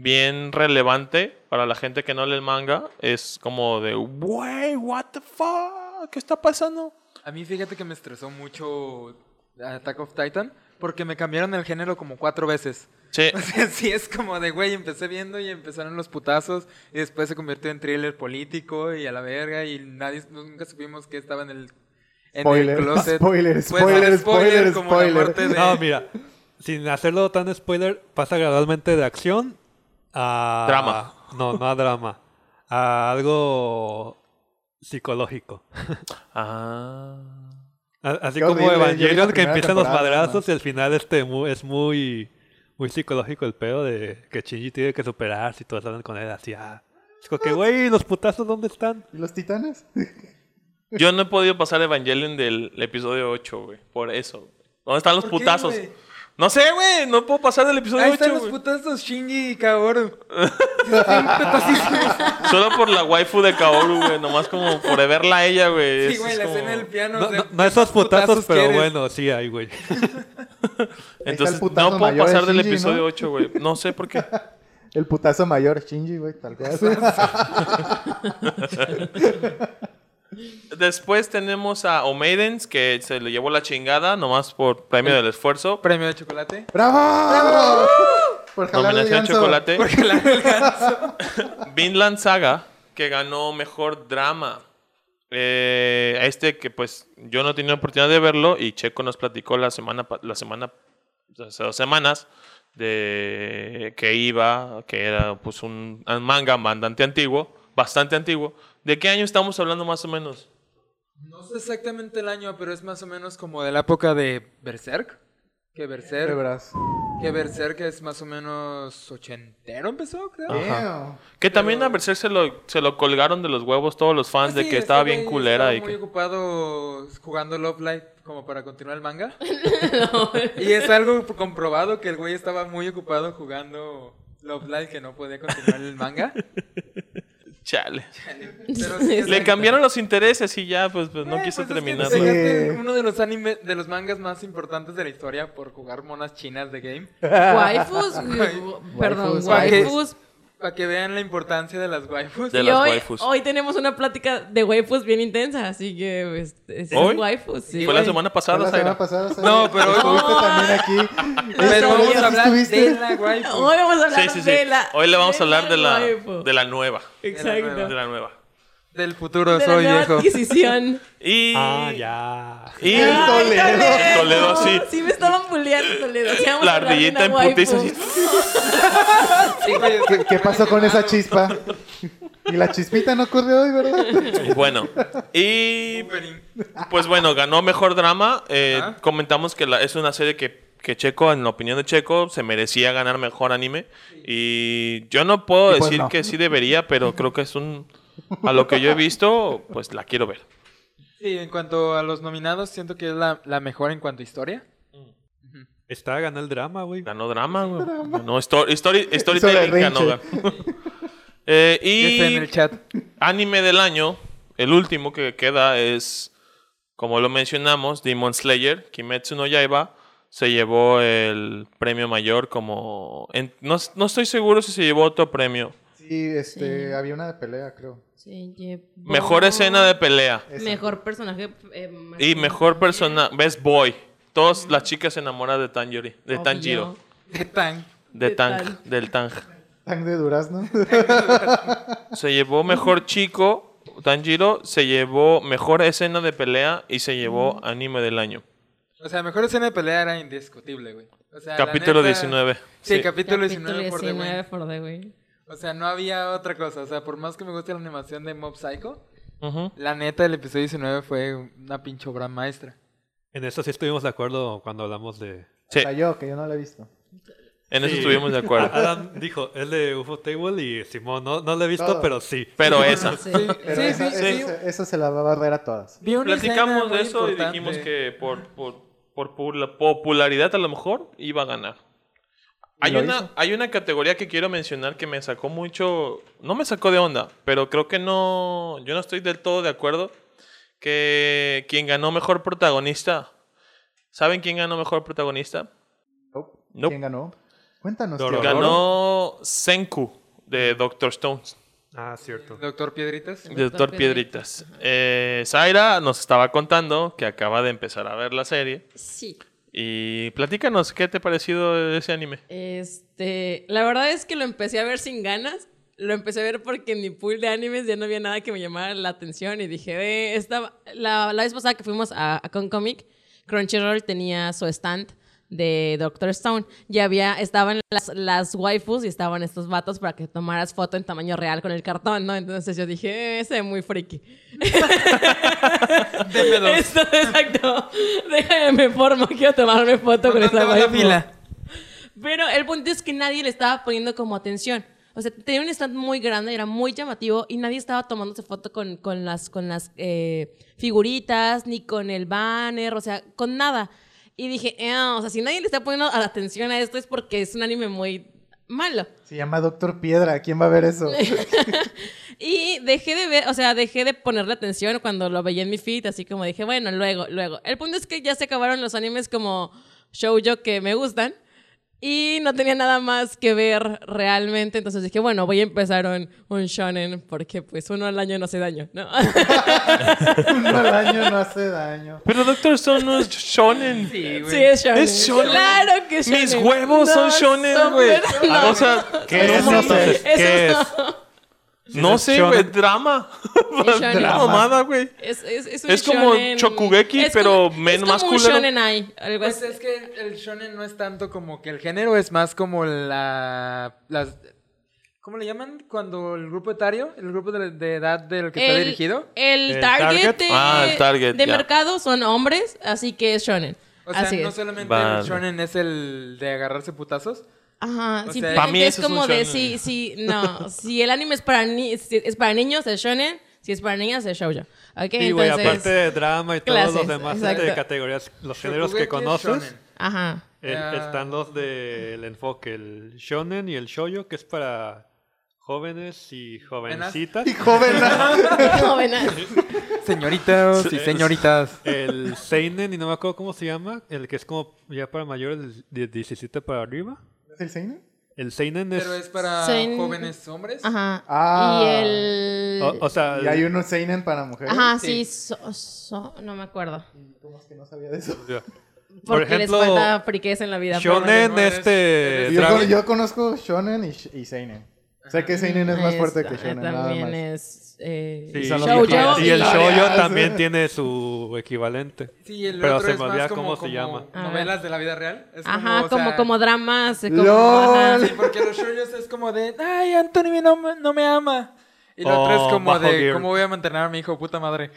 Speaker 3: bien relevante para la gente que no lee el manga, es como de, "Güey, what the fuck? ¿Qué está pasando?"
Speaker 7: A mí fíjate que me estresó mucho Attack of Titan porque me cambiaron el género como cuatro veces.
Speaker 3: Sí.
Speaker 7: O sea, sí es como de, güey, empecé viendo y empezaron los putazos y después se convirtió en thriller político y a la verga y nadie, nunca supimos que estaba en el, en
Speaker 4: Spoiler,
Speaker 7: el closet.
Speaker 4: spoiler,
Speaker 7: Puede ser
Speaker 4: spoiler, spoiler,
Speaker 7: como
Speaker 4: spoiler.
Speaker 7: la muerte de...
Speaker 5: No, mira, sin hacerlo tan spoiler, pasa gradualmente de acción a...
Speaker 3: Drama.
Speaker 5: No, no a drama. A algo psicológico.
Speaker 3: Ah.
Speaker 5: A- Así
Speaker 4: Qué
Speaker 5: como
Speaker 4: horrible, yo vi
Speaker 5: Evangelion
Speaker 4: la
Speaker 5: que
Speaker 4: primera
Speaker 5: empiezan los
Speaker 4: temporada,
Speaker 5: madrazos y al final este mu- es muy muy psicológico el pedo de que Shinji tiene que superarse y todos hablan con él así ah. Es como que güey, los putazos dónde están?
Speaker 4: ¿Y los titanes?
Speaker 3: Yo no he podido pasar Evangelion del episodio 8, güey. Por eso. güey. ¿Dónde están los
Speaker 7: ¿Por qué,
Speaker 3: putazos?
Speaker 7: güey?
Speaker 3: no sé, güey. No puedo pasar del episodio
Speaker 7: Ahí
Speaker 3: 8,
Speaker 7: están los
Speaker 3: güey.
Speaker 7: putazos Shinji y Kaoru.
Speaker 3: Solo por la waifu de Kaoru, güey. Nomás como por verla a ella, güey.
Speaker 7: Sí,
Speaker 3: Es-
Speaker 7: güey,
Speaker 3: es
Speaker 7: la
Speaker 3: como-
Speaker 7: escena del piano.
Speaker 5: No,
Speaker 7: o sea,
Speaker 5: no- no esos putazos,
Speaker 7: putazos
Speaker 5: pero
Speaker 7: quieres?
Speaker 5: bueno, sí hay, güey.
Speaker 3: Entonces,
Speaker 4: putazo
Speaker 3: no puedo
Speaker 4: mayor de
Speaker 3: pasar del
Speaker 4: Shinji, ¿no?
Speaker 3: episodio 8, güey. No sé por qué.
Speaker 4: El putazo mayor, Shinji, güey, tal cual.
Speaker 3: Después tenemos a Omaidens, que se le llevó la chingada, nomás por premio del esfuerzo.
Speaker 7: Premio de chocolate.
Speaker 4: ¡Bravo! Por jalar el
Speaker 3: Nominación
Speaker 4: ganso.
Speaker 3: Chocolate.
Speaker 7: Porque la-
Speaker 3: Vinland Saga, que ganó mejor drama. Eh, este que pues yo no tenía oportunidad de verlo y Checo nos platicó la semana, pa- la semana, hace dos semanas, de que iba, que era pues un manga mandante antiguo, bastante antiguo. ¿De qué año estamos hablando más o menos?
Speaker 7: no sé exactamente el año, pero es más o menos como de la época de Berserk. Que
Speaker 4: De
Speaker 7: Berserk,
Speaker 4: veras.
Speaker 7: que Berserk es más o menos ochentero empezó, creo.
Speaker 4: Damn.
Speaker 3: Que también a Berserk se lo, se lo colgaron de los huevos todos los fans de
Speaker 7: Sí,
Speaker 3: que
Speaker 7: este
Speaker 3: estaba
Speaker 7: güey
Speaker 3: bien culera y
Speaker 7: Estaba muy
Speaker 3: que...
Speaker 7: ocupado jugando Love Live como para continuar el manga. Y es algo comprobado que el güey estaba muy ocupado jugando Love Live que no podía continuar el manga.
Speaker 3: Chale.
Speaker 7: Pero sí es-
Speaker 3: Le cambiaron los intereses y ya pues, pues, no
Speaker 7: Eh,
Speaker 3: quiso
Speaker 7: pues es que
Speaker 3: terminar.
Speaker 4: sí.
Speaker 7: dejaste uno de los anime, de los mangas más importantes de la historia por jugar monas chinas de game.
Speaker 6: Waifus, perdón,
Speaker 4: Waifus,
Speaker 6: waifus.
Speaker 7: Para que vean la importancia de las waifus.
Speaker 3: De
Speaker 6: Y
Speaker 3: las
Speaker 6: hoy,
Speaker 3: waifus.
Speaker 6: hoy tenemos una plática de waifus bien intensa, así que pues, es
Speaker 3: ¿Hoy?
Speaker 6: waifus, sí.
Speaker 3: Fue la semana
Speaker 4: Fue
Speaker 3: pasada,
Speaker 4: la semana
Speaker 3: Zaira.
Speaker 4: pasada. Zaira.
Speaker 7: No, pero hoy-
Speaker 4: estuviste también aquí. Este,
Speaker 7: Pero
Speaker 4: Esta vez
Speaker 7: vamos
Speaker 4: sí
Speaker 7: a hablar
Speaker 4: estuviste.
Speaker 7: de la waifu.
Speaker 6: Hoy vamos a hablar
Speaker 3: Sí, sí, sí.
Speaker 6: de la.
Speaker 3: Hoy le vamos a
Speaker 6: de
Speaker 3: hablar de la,
Speaker 6: waifu.
Speaker 3: de la nueva.
Speaker 6: Exacto.
Speaker 3: De la nueva.
Speaker 7: Del futuro
Speaker 6: De la
Speaker 7: soy
Speaker 6: nueva
Speaker 7: viejo.
Speaker 6: adquisición.
Speaker 3: Y.
Speaker 5: Ah, ya.
Speaker 3: Y.
Speaker 6: Ay,
Speaker 3: Toledo. Toledo, sí.
Speaker 6: Sí, me estaban bulleando Toledo. Sí, vamos
Speaker 3: La
Speaker 6: a hablar de
Speaker 3: ardillita en
Speaker 6: una
Speaker 3: putiza.
Speaker 6: waifu.
Speaker 3: así.
Speaker 7: Sí, güey,
Speaker 4: ¿Qué, qué pasó con esa chispa? Y la chispita no ocurrió hoy, ¿verdad?
Speaker 3: Bueno. Y. Pues bueno, ganó mejor drama. Eh,
Speaker 7: Ajá.
Speaker 3: Comentamos que la- es una serie que, que Checo, en la opinión de Checo, se merecía ganar mejor anime. Y yo no puedo
Speaker 4: Y pues
Speaker 3: decir
Speaker 4: no.
Speaker 3: que sí debería, pero creo que es un. A lo que yo he visto, pues la quiero ver.
Speaker 7: Sí, en cuanto a los nominados, siento que es la, la mejor en cuanto a historia.
Speaker 5: Está ganando el drama, güey.
Speaker 3: Ganó drama, güey. Ganó story, story,
Speaker 4: Hizo
Speaker 3: storytelling,
Speaker 4: de
Speaker 3: ganó.
Speaker 4: Rinche.
Speaker 3: Eh,
Speaker 7: Está en el
Speaker 3: y
Speaker 7: chat.
Speaker 3: anime del año, el último que queda es, como lo mencionamos, Demon Slayer, Kimetsu no Yaiba, se llevó el premio mayor como... en- no, no estoy seguro si se llevó otro premio.
Speaker 4: Sí, este, había una de pelea, creo.
Speaker 6: Se llevó-
Speaker 3: Mejor escena de pelea
Speaker 4: Esa.
Speaker 6: Mejor personaje. eh,
Speaker 3: y
Speaker 6: masculino.
Speaker 3: mejor persona, best boy. Todas las chicas se enamoran de Tanjiro, de
Speaker 6: Obvio.
Speaker 3: Tanjiro,
Speaker 7: De tan.
Speaker 3: de
Speaker 6: De
Speaker 3: Tang,
Speaker 6: Tang.
Speaker 3: del Tang.
Speaker 4: Tang de durazno.
Speaker 3: Se llevó mejor chico, Tanjiro, se llevó mejor escena de pelea y se llevó anime del año.
Speaker 7: O sea, mejor escena de pelea era indiscutible, güey. O sea, la
Speaker 3: Capítulo
Speaker 7: neta-
Speaker 3: 19.
Speaker 7: Sí,
Speaker 3: Sí.
Speaker 7: capítulo 19 por The Win.
Speaker 6: 19 for the win.
Speaker 7: O sea, no había otra cosa. O sea, por más que me guste la animación de Mob Psycho,
Speaker 3: Ujú.
Speaker 7: la neta, el episodio 19 fue una pinche obra maestra.
Speaker 5: En eso sí estuvimos de acuerdo cuando hablamos de.
Speaker 3: Sí,
Speaker 4: Hasta yo, que yo no la he visto.
Speaker 3: en eso
Speaker 5: Sí.
Speaker 3: estuvimos de acuerdo.
Speaker 5: Adam dijo, es de UFO Table y Simón, no, no lo he visto,
Speaker 4: Todo.
Speaker 5: pero sí.
Speaker 3: Pero esa.
Speaker 6: Sí.
Speaker 4: Pero
Speaker 7: sí,
Speaker 4: esa,
Speaker 7: sí,
Speaker 4: esa-
Speaker 7: sí.
Speaker 4: esa- esa se la va a barrer a todas.
Speaker 7: Vi una escena
Speaker 3: Platicamos
Speaker 7: muy
Speaker 3: de eso y
Speaker 7: importante.
Speaker 3: dijimos que por, por, por pula- popularidad a lo mejor iba a ganar. Hay
Speaker 4: lo
Speaker 3: una,
Speaker 4: hizo.
Speaker 3: hay una categoría que quiero mencionar que me sacó mucho, no me sacó de onda, pero creo que no, yo no estoy del todo de acuerdo que quien ganó mejor protagonista, ¿saben quién ganó mejor protagonista?
Speaker 4: Nope.
Speaker 3: Nope.
Speaker 4: ¿Quién ganó? Cuéntanos.
Speaker 5: Dororo.
Speaker 4: tío.
Speaker 3: Ganó Senku de Doctor Stones.
Speaker 5: Ah, cierto.
Speaker 7: Doctor Piedritas.
Speaker 3: De Doctor Piedritas. Eh, Zaira nos estaba contando que acaba de empezar a ver la serie.
Speaker 6: Sí.
Speaker 3: Y platícanos, ¿qué te ha parecido ese anime?
Speaker 6: Este, la verdad es que lo empecé a ver sin ganas. Lo empecé a ver porque en mi pool de animes ya no había nada que me llamara la atención y dije, "Ve, esta, la, la vez pasada que fuimos a, a Con Comic, Crunchyroll tenía su stand de Doctor Stone. Ya había, estaban las, las waifus y estaban estos vatos para que tomaras foto en tamaño real con el cartón, ¿no? Entonces yo dije, "Eh, ese es muy friki.
Speaker 7: Démelo.
Speaker 6: Esto, exacto. Déjame formo, quiero tomarme foto con
Speaker 7: ¿Dónde
Speaker 6: esta
Speaker 7: va la
Speaker 6: waifu.
Speaker 7: fila?
Speaker 6: Pero el punto es que nadie le estaba poniendo como atención. O sea, tenía un stand muy grande, era muy llamativo y nadie estaba tomándose foto con, con las, con las eh, figuritas, ni con el banner, o sea, con nada. Y dije, "Eh, o sea, si nadie le está poniendo a- atención a esto es porque es un anime muy malo.
Speaker 4: Se llama Doctor Piedra. ¿Quién va a ver eso?
Speaker 6: Y dejé de ver, o sea, dejé de ponerle atención cuando lo veía en mi feed, así como dije, bueno, luego, luego. El punto es que ya se acabaron los animes como shoujo que me gustan. Y no tenía nada más que ver realmente, entonces dije, bueno, voy a empezar un, un shonen porque pues uno al año no hace daño, ¿no?
Speaker 4: Uno al año no hace daño.
Speaker 3: Pero Doctor Stone no es shonen.
Speaker 7: Sí, güey.
Speaker 6: Sí, es shonen.
Speaker 3: Es shonen.
Speaker 6: Claro que es shonen.
Speaker 3: Mis huevos son shonen,
Speaker 6: son-
Speaker 3: güey.
Speaker 6: no,
Speaker 3: Ah, o sea,
Speaker 5: ¿Qué es
Speaker 6: no,
Speaker 5: entonces?
Speaker 6: eso
Speaker 5: ¿Qué es?
Speaker 3: no
Speaker 5: es
Speaker 3: sé,
Speaker 5: shonen.
Speaker 3: güey, drama.
Speaker 6: Es shonen.
Speaker 3: Una mamada, güey.
Speaker 6: Es, es, es, un
Speaker 3: Es como
Speaker 6: shonen-
Speaker 3: Shokugeki,
Speaker 6: es
Speaker 3: pero
Speaker 6: como-
Speaker 3: men-
Speaker 6: es
Speaker 3: más
Speaker 6: como un
Speaker 3: culero.
Speaker 6: shonen ai, algo
Speaker 7: Pues
Speaker 6: así.
Speaker 7: es que el shonen no es tanto como que el género, es más como la... Las, ¿Cómo le llaman? Cuando el grupo etario, el grupo de, de edad del que está dirigido.
Speaker 6: el
Speaker 5: El
Speaker 6: target,
Speaker 5: target.
Speaker 6: de,
Speaker 3: Ah, el target,
Speaker 6: de
Speaker 3: ya.
Speaker 6: mercado son hombres, así que es shonen.
Speaker 7: O sea,
Speaker 6: así
Speaker 7: no
Speaker 6: es.
Speaker 7: solamente
Speaker 3: Vale.
Speaker 7: el shonen es el de agarrarse putazos.
Speaker 6: Ajá,
Speaker 7: sea,
Speaker 6: simplemente
Speaker 3: Pa' mí
Speaker 6: es
Speaker 3: eso es un
Speaker 6: como de
Speaker 3: shonen.
Speaker 6: si, si, no, si el anime es para, ni- si es para niños es shonen, si es para niñas es shoujo. Ok,
Speaker 5: Y güey,
Speaker 6: entonces,
Speaker 5: aparte de drama y todos los
Speaker 6: clases,
Speaker 5: demás
Speaker 6: exacto.
Speaker 5: este, categorías, los géneros
Speaker 7: Shokugeki
Speaker 5: que
Speaker 7: es
Speaker 5: conoces,
Speaker 7: shonen.
Speaker 6: ajá.
Speaker 5: el-
Speaker 7: Ah.
Speaker 5: están los del enfoque, el shonen y el shoyo, que es para jóvenes y jovencitas.
Speaker 4: Y joven.
Speaker 6: Jóvenes.
Speaker 7: Señoritas y señoritas.
Speaker 5: El seinen, y no me acuerdo cómo se llama, el que es como ya para mayores de 17 para arriba.
Speaker 4: ¿Es el seinen?
Speaker 5: El seinen es...
Speaker 7: Pero es para
Speaker 6: Sen-
Speaker 7: jóvenes hombres.
Speaker 6: Ajá.
Speaker 4: Ah.
Speaker 6: Y el...
Speaker 5: o, o sea,
Speaker 4: Y hay uno seinen para mujeres.
Speaker 6: Ajá, sí, so- so- no me acuerdo.
Speaker 4: ¿Cómo es que no sabía de eso?
Speaker 6: Porque
Speaker 5: Por ejemplo,
Speaker 6: les falta friquez en la vida. pero bueno.
Speaker 5: shonen,
Speaker 7: no eres-
Speaker 5: este...
Speaker 7: eres-
Speaker 4: Yo,
Speaker 5: drama-
Speaker 4: con- yo conozco shonen y, sh- y seinen. Sé que seinen es más fuerte que shonen, nada
Speaker 6: Ah, También
Speaker 4: más.
Speaker 6: es... Eh,
Speaker 5: Sí,
Speaker 4: Y son los
Speaker 6: shoujo
Speaker 4: viejitos.
Speaker 5: y el
Speaker 7: Ah,
Speaker 5: shoyo
Speaker 4: Historias.
Speaker 5: también tiene su equivalente.
Speaker 7: Sí, el
Speaker 5: Pero
Speaker 7: otro
Speaker 5: se
Speaker 7: es
Speaker 5: me
Speaker 7: más
Speaker 5: olvida
Speaker 7: como,
Speaker 5: cómo se
Speaker 7: como
Speaker 5: llama.
Speaker 7: Novelas de la vida real. Es
Speaker 6: Ajá,
Speaker 7: o
Speaker 6: como,
Speaker 7: sea,
Speaker 6: como dramas. eh, Como,
Speaker 4: ¡Lol!
Speaker 6: ajá.
Speaker 7: Sí, porque los shoyos es como de, ay, Anthony no, me- no me ama. Y lo otro
Speaker 5: Oh,
Speaker 7: es como
Speaker 5: bajo
Speaker 7: de,
Speaker 5: gear.
Speaker 7: ¿cómo voy a mantener a mi hijo, puta madre?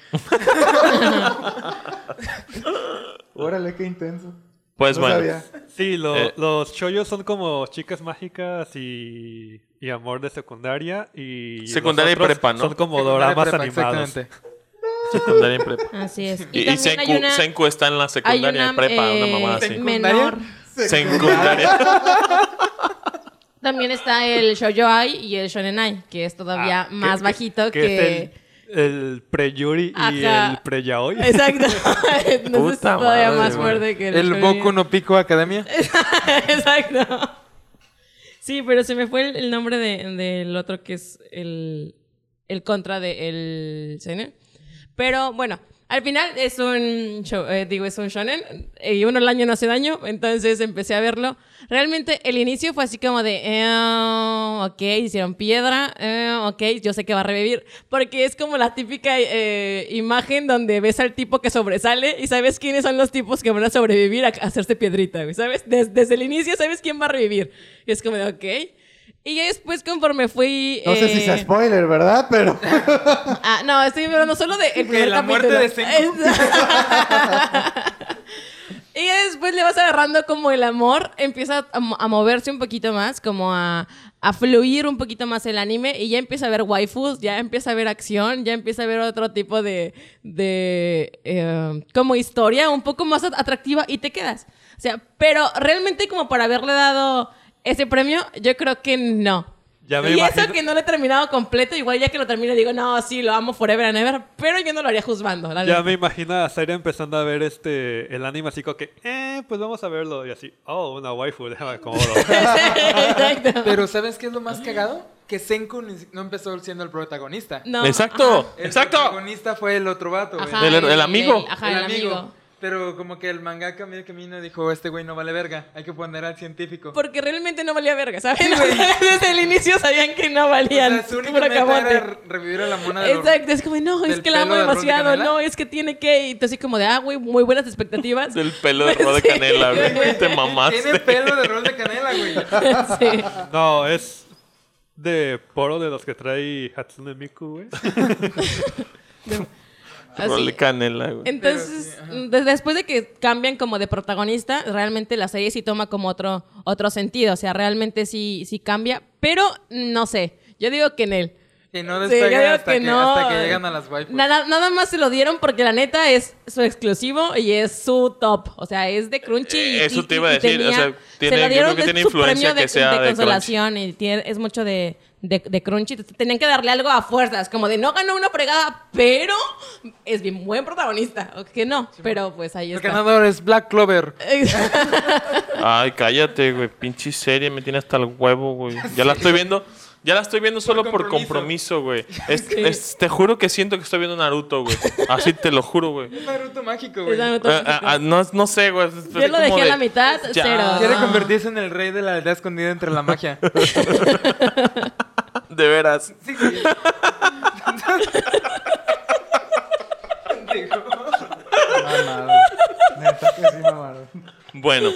Speaker 4: Órale, qué intenso.
Speaker 3: Pues
Speaker 4: no
Speaker 3: bueno.
Speaker 4: sabía.
Speaker 5: Sí, lo-
Speaker 3: Eh.
Speaker 5: los shoyos son como chicas mágicas y, y amor de secundaria y
Speaker 3: Secundaria y
Speaker 5: los otros
Speaker 3: prepa, ¿no?
Speaker 5: Son como
Speaker 7: Secundaria
Speaker 5: doramas
Speaker 7: prepa,
Speaker 5: animados.
Speaker 7: Exactamente.
Speaker 3: Secundaria y prepa.
Speaker 6: Así es.
Speaker 3: Y,
Speaker 6: Y,
Speaker 3: y
Speaker 6: también
Speaker 3: Senku,
Speaker 6: hay una,
Speaker 3: Senku está en la
Speaker 6: hay
Speaker 3: secundaria
Speaker 6: una
Speaker 3: y prepa,
Speaker 6: eh,
Speaker 3: una
Speaker 5: Ah,
Speaker 3: mamada así.
Speaker 6: menor.
Speaker 3: Secundaria.
Speaker 6: También está el shoujo ai y el shonen ai, que es todavía
Speaker 5: Ah, que-
Speaker 6: más
Speaker 5: que-
Speaker 6: bajito que...
Speaker 5: es el, el pre-yuri y
Speaker 6: Ajá.
Speaker 5: el pre-yaoi.
Speaker 6: Exacto. Entonces
Speaker 3: Puta
Speaker 6: todavía
Speaker 3: madre,
Speaker 6: más
Speaker 3: güey.
Speaker 6: fuerte que el
Speaker 7: El
Speaker 6: shonen
Speaker 7: Boku
Speaker 6: ai.
Speaker 7: no Pico Academia.
Speaker 6: Exacto. Sí, pero se me fue el, el nombre de- del otro que es el, el contra de el seinen. Pero bueno, al final es un show, eh, digo, es un shonen eh, y uno al año no hace daño, entonces empecé a verlo. Realmente el inicio fue así como de, eh, ok, hicieron piedra, eh, ok, yo sé que va a revivir, porque es como la típica eh, imagen donde ves al tipo que sobresale y sabes quiénes son los tipos que van a sobrevivir a a hacerse piedrita, güey, ¿sabes? Des- desde el inicio sabes quién va a revivir. Y es como de, ok. Y ya después conforme fui...
Speaker 4: No sé si
Speaker 6: eh,
Speaker 4: sea spoiler, ¿verdad? Pero.
Speaker 6: Ah, no, estoy hablando solo de el primer
Speaker 7: la muerte
Speaker 6: capítulo.
Speaker 7: de Senku.
Speaker 6: Es- y ya después le vas agarrando como el amor, empieza a, mo- a moverse un poquito más, como a, a fluir un poquito más el anime y ya empieza a ver waifus, ya empieza a ver acción, ya empieza a ver otro tipo de, de eh, como historia un poco más at- atractiva y te quedas. O sea, pero realmente como para haberle dado ese premio, yo creo que no.
Speaker 5: Ya me
Speaker 6: Y eso
Speaker 5: imagino-
Speaker 6: que no lo he terminado completo, igual ya que lo termine digo, no, sí, lo amo forever and ever, pero yo no lo haría juzgando. la
Speaker 5: Ya
Speaker 6: neta.
Speaker 5: me imagino a Zaira empezando a ver este el anime así como que, eh, pues vamos a verlo. Y así, oh, una waifu, déjame acomodo.
Speaker 6: Exacto.
Speaker 7: Pero ¿sabes qué es lo más cagado? Que Senku ni si- no empezó siendo el protagonista.
Speaker 6: No,
Speaker 3: Exacto,
Speaker 7: El
Speaker 3: exacto.
Speaker 7: protagonista fue el otro vato, güey.
Speaker 6: ajá,
Speaker 3: Del- el amigo.
Speaker 6: ajá, el, amigo.
Speaker 7: Pero como que el mangaka medio camino dijo, este güey no vale verga, hay que poner al científico.
Speaker 6: Porque realmente no valía verga, ¿sabes? Desde el inicio sabían que no valían.
Speaker 7: su única
Speaker 6: puro
Speaker 7: meta
Speaker 6: camote.
Speaker 7: era re- revivir a la mona de los-
Speaker 6: Exacto, es como, no, es
Speaker 7: del
Speaker 6: que la amo
Speaker 7: pelo de Ron de
Speaker 6: demasiado,
Speaker 7: Canela.
Speaker 6: no, es que tiene que, y tú así como de, ah, güey, muy buenas expectativas.
Speaker 3: Del pelo de Rod de Canela, güey. Te
Speaker 7: Tiene
Speaker 3: mamaste.
Speaker 7: pelo de rol de canela, güey.
Speaker 6: Sí.
Speaker 5: No, es de poro de los que trae Hatsune Miku, güey.
Speaker 3: Rod de
Speaker 6: Así.
Speaker 3: Canela, güey.
Speaker 6: Entonces, de- después de que cambian como de protagonista, realmente la serie sí toma como otro, otro sentido. O sea, realmente sí, sí cambia. Pero no sé. Yo digo que en él.
Speaker 7: Y no
Speaker 6: Sí,
Speaker 7: despegan
Speaker 6: yo digo
Speaker 7: hasta,
Speaker 6: que
Speaker 7: que
Speaker 6: no.
Speaker 7: hasta que llegan a las
Speaker 3: Pues.
Speaker 7: waifus.
Speaker 6: Nada, nada más se lo dieron porque la neta es su exclusivo y es su top. O sea, es de Crunchy. y-
Speaker 3: Eh, eso
Speaker 6: y-
Speaker 3: te iba a
Speaker 6: y
Speaker 3: decir, o sea,
Speaker 6: se
Speaker 3: tiene-
Speaker 6: lo
Speaker 3: yo
Speaker 6: dieron
Speaker 3: creo que
Speaker 6: de
Speaker 3: tiene
Speaker 6: su
Speaker 3: influencia
Speaker 6: premio
Speaker 3: que sea de
Speaker 6: consolación y tiene- es mucho de, de, de Crunchy, te- tenían que darle algo a fuerzas, como de no ganó una fregada, pero es bien buen protagonista. O que no, pero pues ahí
Speaker 7: El
Speaker 6: está.
Speaker 7: ganador es Black Clover.
Speaker 3: Ay, cállate, güey. Pinche serie me tiene hasta el huevo, güey. Ya la estoy viendo. Ya la estoy viendo solo por compromiso, güey. Es- es- te juro que siento que estoy viendo Naruto, güey. Así te lo juro, güey.
Speaker 7: Naruto mágico,
Speaker 6: Es
Speaker 7: güey.
Speaker 6: Naruto
Speaker 3: Ah, ah,
Speaker 6: Shippuden.
Speaker 3: ah, no, no sé, güey. es- es
Speaker 6: Yo lo
Speaker 3: como
Speaker 6: dejé a
Speaker 3: de-
Speaker 6: la mitad,
Speaker 3: Ya. ah,
Speaker 7: Quiere
Speaker 6: cero.
Speaker 7: convertirse en el rey de la aldea escondida entre la magia.
Speaker 3: De veras.
Speaker 7: Sí, sí.
Speaker 4: Mamado. Neta que sí, mamado.
Speaker 3: Bueno,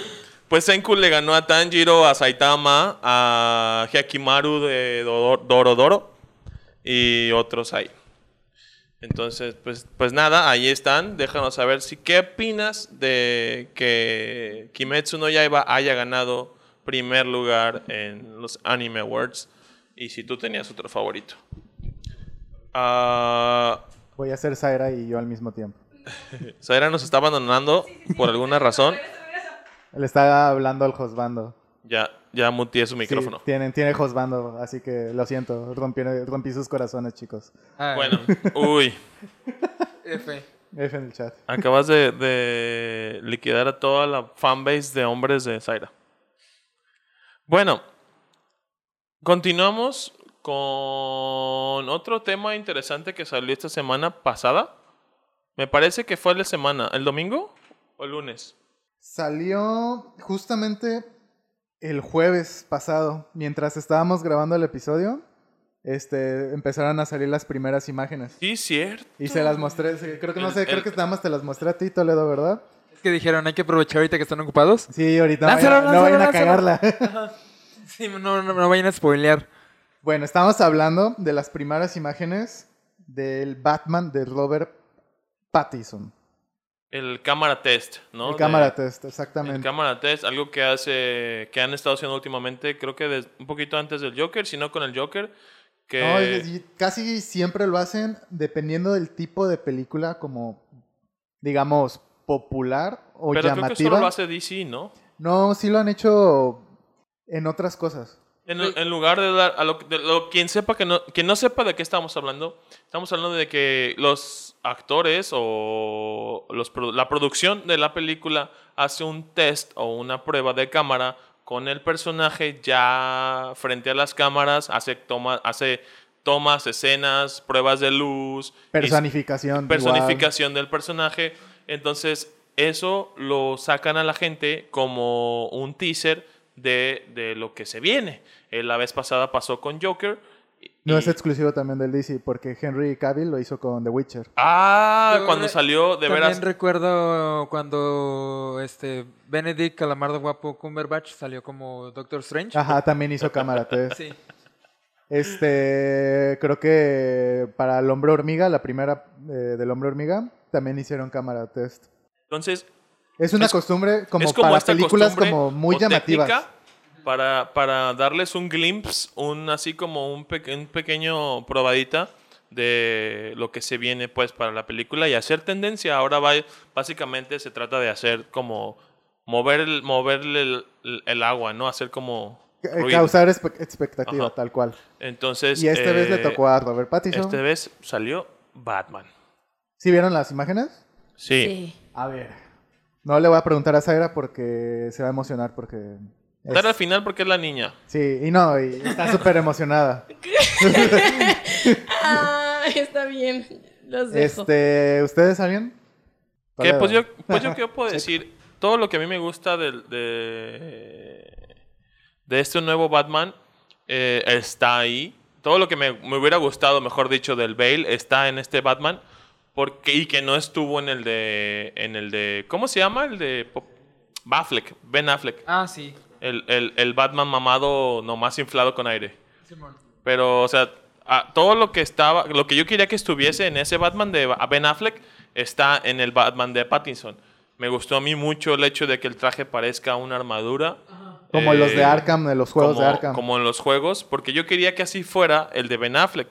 Speaker 3: pues Senku le ganó a Tanjiro, a Saitama, a Hyakimaru de Doro- Dorodoro y otros ahí. Entonces, pues, pues nada, ahí están. Déjanos saber si qué opinas de que Kimetsu no Yaiba haya ganado primer lugar en los Anime Awards y si tú tenías otro favorito. Ah,
Speaker 4: Voy a ser Zaira y yo al mismo tiempo.
Speaker 3: Zaira nos está abandonando por alguna razón.
Speaker 4: Le está hablando al Josbando.
Speaker 3: Ya, ya muteé su
Speaker 4: Sí,
Speaker 3: micrófono.
Speaker 4: tienen, tiene Josbando, así que lo siento. Rompí, rompí sus corazones, chicos.
Speaker 7: Ay,
Speaker 3: Bueno, uy,
Speaker 7: Ah, F.
Speaker 4: F en el chat.
Speaker 3: acabas de, de liquidar a toda la fanbase de hombres de Zaira. Bueno, continuamos con otro tema interesante que salió esta semana pasada. Me parece que fue la semana, ¿el domingo o el lunes?
Speaker 4: Salió justamente el jueves pasado, mientras estábamos grabando el episodio, este, empezaron a salir las primeras imágenes.
Speaker 3: Sí, cierto.
Speaker 4: Y se las mostré, sí, creo que no
Speaker 3: El-
Speaker 4: sé, creo
Speaker 3: el-
Speaker 4: que nada más te las mostré a ti, Toledo, ¿verdad?
Speaker 7: Es que dijeron, hay que aprovechar ahorita que están ocupados.
Speaker 4: Sí, ahorita no
Speaker 7: Lánzalo,
Speaker 4: vayan- no vayan
Speaker 7: lánzalo,
Speaker 4: a
Speaker 7: lánzalo.
Speaker 4: cagarla.
Speaker 7: Sí, no, no, no vayan a spoilear.
Speaker 4: Bueno, estamos hablando de las primeras imágenes del Batman de Robert Pattinson.
Speaker 3: El cámara test, ¿no?
Speaker 4: el
Speaker 3: De-
Speaker 4: cámara test,
Speaker 3: El
Speaker 4: exactamente.
Speaker 3: cámara test, algo que hace que han estado haciendo últimamente, creo que des- un poquito antes del Joker, sino con el Joker, que
Speaker 4: No, es- y casi siempre lo hacen dependiendo del tipo de película como, digamos, popular o
Speaker 3: pero creo
Speaker 4: llamativa.
Speaker 3: que solo lo hace DC, ¿no?
Speaker 4: No, sí lo han hecho en otras cosas.
Speaker 3: En, en lugar de dar a lo, de lo- quien sepa que no quien no sepa de qué estamos hablando, estamos hablando de que los actores o los pro- la producción de la película hace un test o una prueba de cámara con el personaje ya frente a las cámaras, hace toma, hace tomas, escenas, pruebas de luz, y-
Speaker 4: Personificación.
Speaker 3: personificación del personaje. Entonces, eso lo sacan a la gente como un teaser de, de lo que se viene. Eh, la vez pasada pasó con Joker. y-
Speaker 4: igual. No
Speaker 3: y-
Speaker 4: es exclusivo también del DC, porque Henry Cavill lo hizo con The Witcher.
Speaker 3: Ah,
Speaker 7: Yo
Speaker 3: cuando
Speaker 7: re-
Speaker 3: salió, de
Speaker 7: También
Speaker 3: veras.
Speaker 7: recuerdo cuando este Benedict Calamardo Guapo Cumberbatch salió como
Speaker 6: Ah.
Speaker 7: Doctor Strange.
Speaker 4: Ajá, también hizo cámara test.
Speaker 7: Sí.
Speaker 4: Este, creo que para El Hombre Hormiga, la primera eh, del Hombre Hormiga, también hicieron cámara test.
Speaker 3: Entonces,
Speaker 4: Es una
Speaker 3: Es-
Speaker 4: costumbre como,
Speaker 3: es como
Speaker 4: para
Speaker 3: esta
Speaker 4: películas
Speaker 3: costumbre
Speaker 4: como muy
Speaker 3: o
Speaker 4: llamativas.
Speaker 3: técnica Para, para darles un glimpse, un así como un, pe- un pequeño probadita de lo que se viene pues para la película y hacer tendencia. Ahora va, básicamente se trata de hacer como mover el, moverle el, el- el agua, ¿no? Hacer como
Speaker 4: Eh,
Speaker 3: ruido.
Speaker 4: Causar espe- expectativa,
Speaker 3: Ajá.
Speaker 4: tal cual.
Speaker 3: Entonces,
Speaker 4: Y esta vez le
Speaker 3: eh, este
Speaker 4: tocó a Robert Pattinson.
Speaker 3: Esta vez salió Batman.
Speaker 4: ¿Sí vieron las imágenes?
Speaker 3: Sí.
Speaker 6: Sí.
Speaker 4: A ver. No le voy a preguntar a Zaira porque se va a emocionar porque... es-
Speaker 3: Dar al final porque es la niña.
Speaker 4: Sí, y no, y está súper emocionada.
Speaker 6: Ah, está bien. Los dejo.
Speaker 4: este, ¿Ustedes sabían?
Speaker 3: Que, pues, yo, pues yo qué puedo decir. Todo lo que a mí me gusta del- de, de este nuevo Batman eh, está ahí. Todo lo que me, me hubiera gustado, mejor dicho, del Bale está en este Batman. Porque, y que no estuvo en el de. En el de ¿Cómo se llama? El de. Pop- Affleck, Ben Affleck.
Speaker 7: Ah, sí.
Speaker 3: El, el- el Batman mamado nomás inflado con aire.
Speaker 7: Simón.
Speaker 3: Pero, o sea, a- todo lo que estaba, lo que yo quería que estuviese en ese Batman de Ba- Ben Affleck está en el Batman de Pattinson. Me gustó a mí mucho el hecho de que el traje parezca una armadura.
Speaker 4: Como los de
Speaker 3: Eh,
Speaker 4: Arkham, de los juegos
Speaker 3: como,
Speaker 4: de Arkham.
Speaker 3: como en los juegos, porque yo quería que así fuera el de Ben Affleck.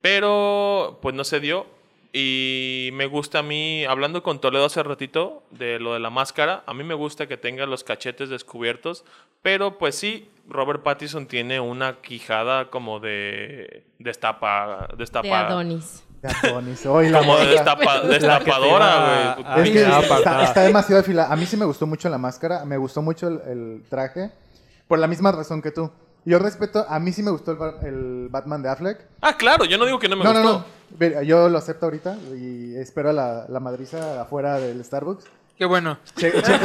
Speaker 3: Pero, pues no se dio. Y me gusta a mí, hablando con Toledo hace ratito de lo de la máscara, a mí me gusta que tenga los cachetes descubiertos. Pero, pues sí, Robert Pattinson tiene una quijada como de destapa,
Speaker 6: De
Speaker 3: destapa,
Speaker 6: Adonis.
Speaker 4: Gatonis, hoy la
Speaker 3: como de
Speaker 4: neta.
Speaker 3: destapa- destapadora,
Speaker 5: te
Speaker 3: güey.
Speaker 5: va a-
Speaker 4: Es que
Speaker 5: Ah,
Speaker 4: está- está,
Speaker 5: apartada.
Speaker 4: demasiado afilada. A mí sí me gustó mucho la máscara, me gustó mucho el, el traje, por la misma razón que tú. Yo respeto, a mí sí me gustó el, Ba- el Batman de Affleck.
Speaker 3: Ah, claro, yo no digo que no me
Speaker 4: no,
Speaker 3: gustó.
Speaker 4: no, no, Mira, Yo lo acepto ahorita y espero la, la madriza afuera del Starbucks.
Speaker 7: Qué bueno.
Speaker 4: Che- Checo, Checo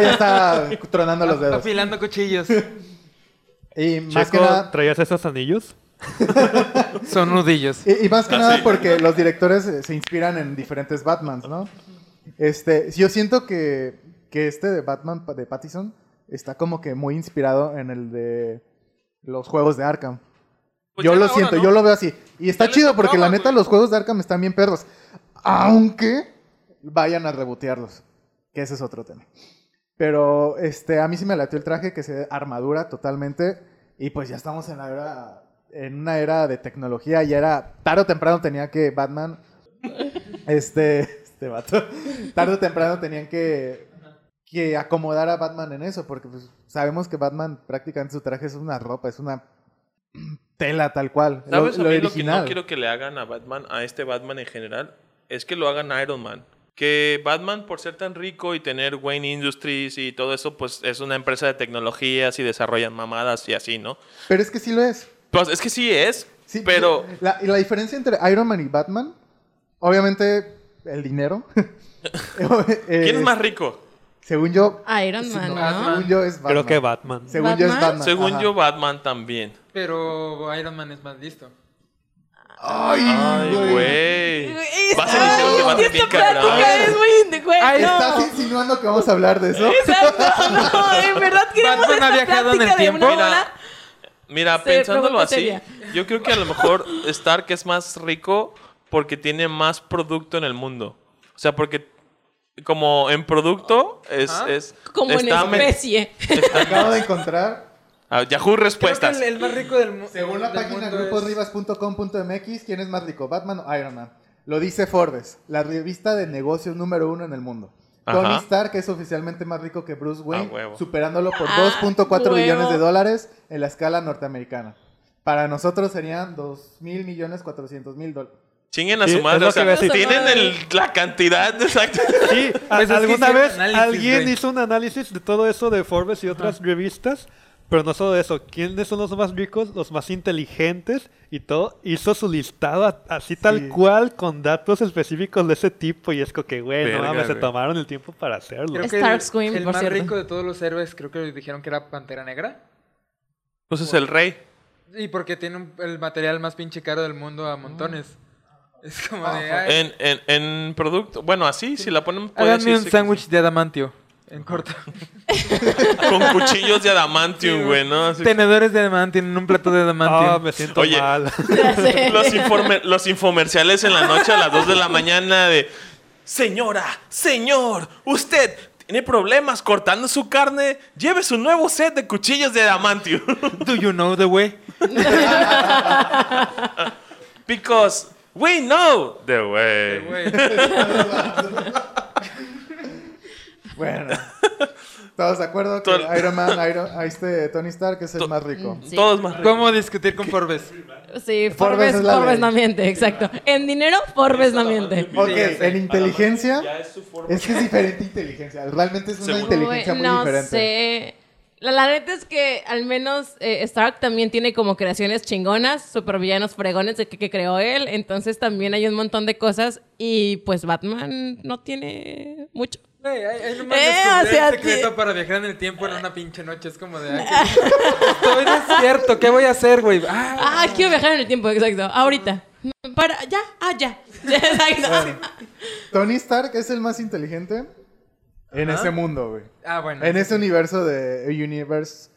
Speaker 4: ya está tronando los dedos.
Speaker 7: Afilando cuchillos.
Speaker 4: Y más que
Speaker 5: Checo,
Speaker 4: nada,
Speaker 5: ¿traías esos anillos?
Speaker 7: Son nudillos.
Speaker 4: Y, y más
Speaker 3: Ah,
Speaker 4: que nada porque los directores eh, se inspiran en diferentes Batmans, ¿no? Este, yo siento que, que este de Batman pa- de Pattison está como que muy inspirado en el de los juegos de Arkham.
Speaker 3: Pues
Speaker 4: yo
Speaker 3: ya
Speaker 4: lo
Speaker 3: era hora,
Speaker 4: siento,
Speaker 3: ¿no?
Speaker 4: yo lo veo así. Y está
Speaker 3: Ya les
Speaker 4: chido porque la
Speaker 3: tocaba,
Speaker 4: neta
Speaker 3: güey.
Speaker 4: los juegos de Arkham están bien perros. Aunque vayan a rebotearlos, que ese es otro tema. Pero este, a mí sí me latió el traje, que se armadura totalmente. Y pues ya estamos en la era, en una era de tecnología. Ya era, tarde o temprano tenía que Batman, este, este vato, tarde o temprano tenían que, que acomodar a Batman en eso. Porque pues, sabemos que Batman prácticamente su traje es una ropa, es una tela tal cual. Lo-
Speaker 3: ¿Sabes
Speaker 4: lo,
Speaker 3: a mí lo que
Speaker 4: original.
Speaker 3: no quiero que le hagan a Batman, a este Batman en general? Es que lo hagan a Iron Man. Que Batman, por ser tan rico y tener Wayne Industries y todo eso, pues es una empresa de tecnologías y desarrollan mamadas y así, ¿no?
Speaker 4: Pero es que sí lo es.
Speaker 3: Pues es que sí es,
Speaker 4: Sí,
Speaker 3: pero...
Speaker 4: La, y la diferencia entre Iron Man y Batman, obviamente, el dinero. Eh,
Speaker 3: ¿Quién es más rico?
Speaker 4: Según yo.
Speaker 6: Iron
Speaker 7: Este
Speaker 4: sí,
Speaker 6: Man,
Speaker 4: no,
Speaker 6: ¿no?
Speaker 4: Según yo es Batman.
Speaker 5: Creo que Batman.
Speaker 4: Según yo es
Speaker 6: ¿Batman?
Speaker 4: Batman.
Speaker 3: Según
Speaker 4: ajá.
Speaker 3: yo, Batman también.
Speaker 7: Pero Iron Man es más listo.
Speaker 3: Ay, güey. Vas a iniciar un debate
Speaker 6: Esta
Speaker 3: bien cabrón.
Speaker 6: plática es muy indi- güey,
Speaker 7: Ay,
Speaker 6: no.
Speaker 4: ¿Estás insinuando que vamos a hablar de eso?
Speaker 6: Exacto, no, en verdad queremos
Speaker 7: Batman ha
Speaker 6: esta
Speaker 7: viajado en
Speaker 6: plática
Speaker 7: el
Speaker 6: de
Speaker 7: tiempo.
Speaker 6: una
Speaker 3: Mira,
Speaker 6: hora.
Speaker 3: Mira,
Speaker 6: Se
Speaker 3: pensándolo
Speaker 6: provoca
Speaker 3: así,
Speaker 6: seria.
Speaker 3: yo creo que a lo mejor Stark es más rico porque tiene más producto en el mundo. O sea, porque como en producto es... es-
Speaker 6: Como en
Speaker 3: está met-
Speaker 6: especie.
Speaker 4: Acabo de encontrar.
Speaker 3: Ah, Yahoo
Speaker 7: Creo que
Speaker 3: Respuestas.
Speaker 7: el, el más rico del mundo.
Speaker 4: Según la página gruposrivas.com.mx, ¿quién es más rico, Batman o Iron Man? Lo dice Forbes, la revista de negocios número uno en el mundo.
Speaker 3: Ajá.
Speaker 4: Tony Stark es oficialmente más rico que Bruce Wayne,
Speaker 3: huevo.
Speaker 4: superándolo por
Speaker 6: Ah,
Speaker 4: 2.4
Speaker 6: huevo.
Speaker 4: billones de dólares en la escala norteamericana. Para nosotros serían 2 mil millones 400 mil dólares.
Speaker 3: Chinguen a
Speaker 5: Sí,
Speaker 3: su
Speaker 5: es
Speaker 3: madre.
Speaker 5: lo
Speaker 3: O sea,
Speaker 5: que iba a decir.
Speaker 3: tienen el- la cantidad exacta.
Speaker 5: Sí, a-
Speaker 7: Pues es que
Speaker 5: alguna
Speaker 7: hicieron
Speaker 5: vez
Speaker 7: análisis,
Speaker 5: alguien
Speaker 7: güey.
Speaker 5: hizo un análisis de todo eso de Forbes y otras revistas, pero no solo eso, quiénes son los más ricos, los más inteligentes y todo, hizo su listado a-
Speaker 4: Sí.
Speaker 5: así tal cual con datos específicos de ese tipo y es como que, güey, no
Speaker 3: Verga,
Speaker 5: mames, se
Speaker 3: güey.
Speaker 5: tomaron el tiempo para hacerlo.
Speaker 7: Creo
Speaker 6: Es
Speaker 7: que el,
Speaker 6: Stark Scream,
Speaker 7: el
Speaker 6: por
Speaker 7: más
Speaker 6: cierto.
Speaker 7: rico de todos los héroes, creo que le dijeron que era Pantera Negra.
Speaker 3: Pues es el rey.
Speaker 7: Y porque tiene un- el material más pinche caro del mundo a montones.
Speaker 6: Ah.
Speaker 7: Es como de. ay,
Speaker 3: En, en, en producto... Bueno, así, si la ponen...
Speaker 5: pues,
Speaker 3: puede
Speaker 7: háganme un
Speaker 3: decirse que-
Speaker 7: sándwich de adamantio. En corto.
Speaker 3: Con cuchillos de adamantium,
Speaker 7: Sí,
Speaker 3: güey, ¿no? Así-
Speaker 7: Tenedores de adamantio en un plato de
Speaker 5: Ah,
Speaker 7: adamantio.
Speaker 5: me siento
Speaker 3: Oye.
Speaker 5: mal.
Speaker 6: Ya sé.
Speaker 3: los, informe- los infomerciales en la noche a las 2 de la mañana de Señora, señor, usted tiene problemas cortando su carne, lleve su nuevo set de cuchillos de adamantio.
Speaker 7: Do you know the way?
Speaker 3: Because we know the way.
Speaker 4: Bueno, todos de acuerdo que
Speaker 3: Tol-
Speaker 4: Iron Man, Iron, a este Tony Stark es el
Speaker 3: To- Mm.
Speaker 4: más rico.
Speaker 6: Sí.
Speaker 3: Todos más ricos.
Speaker 7: ¿Cómo discutir con Forbes?
Speaker 6: Sí,
Speaker 4: Forbes
Speaker 6: Forbes,
Speaker 4: es la
Speaker 6: Forbes
Speaker 4: ley.
Speaker 6: no miente, exacto. En dinero, Forbes no miente.
Speaker 4: Ok, en inteligencia,
Speaker 3: Ya es su forma.
Speaker 4: es que es diferente inteligencia, realmente es una
Speaker 3: Según-
Speaker 4: inteligencia
Speaker 6: Uy,
Speaker 4: muy
Speaker 6: no
Speaker 4: diferente.
Speaker 6: sé. La, la neta es que al menos eh, Stark también tiene como creaciones chingonas, supervillanos fregones de que, que creó él. Entonces también hay un montón de cosas. Y pues Batman no tiene mucho.
Speaker 7: Güey, hay, hay nomás
Speaker 6: Eh,
Speaker 7: descubrí
Speaker 6: o sea,
Speaker 7: el secreto
Speaker 6: ti-
Speaker 7: para viajar en el tiempo en una pinche noche. Es como de. ay, que- Estoy despierto, ¿qué voy a hacer, güey? Ah,
Speaker 6: Ah, quiero viajar en el tiempo, exacto. Ahorita. Para, ya, ah, ya. Exacto.
Speaker 4: Tony Stark es el más inteligente en ese mundo, güey.
Speaker 7: ah, bueno.
Speaker 4: En ese universo de Universe.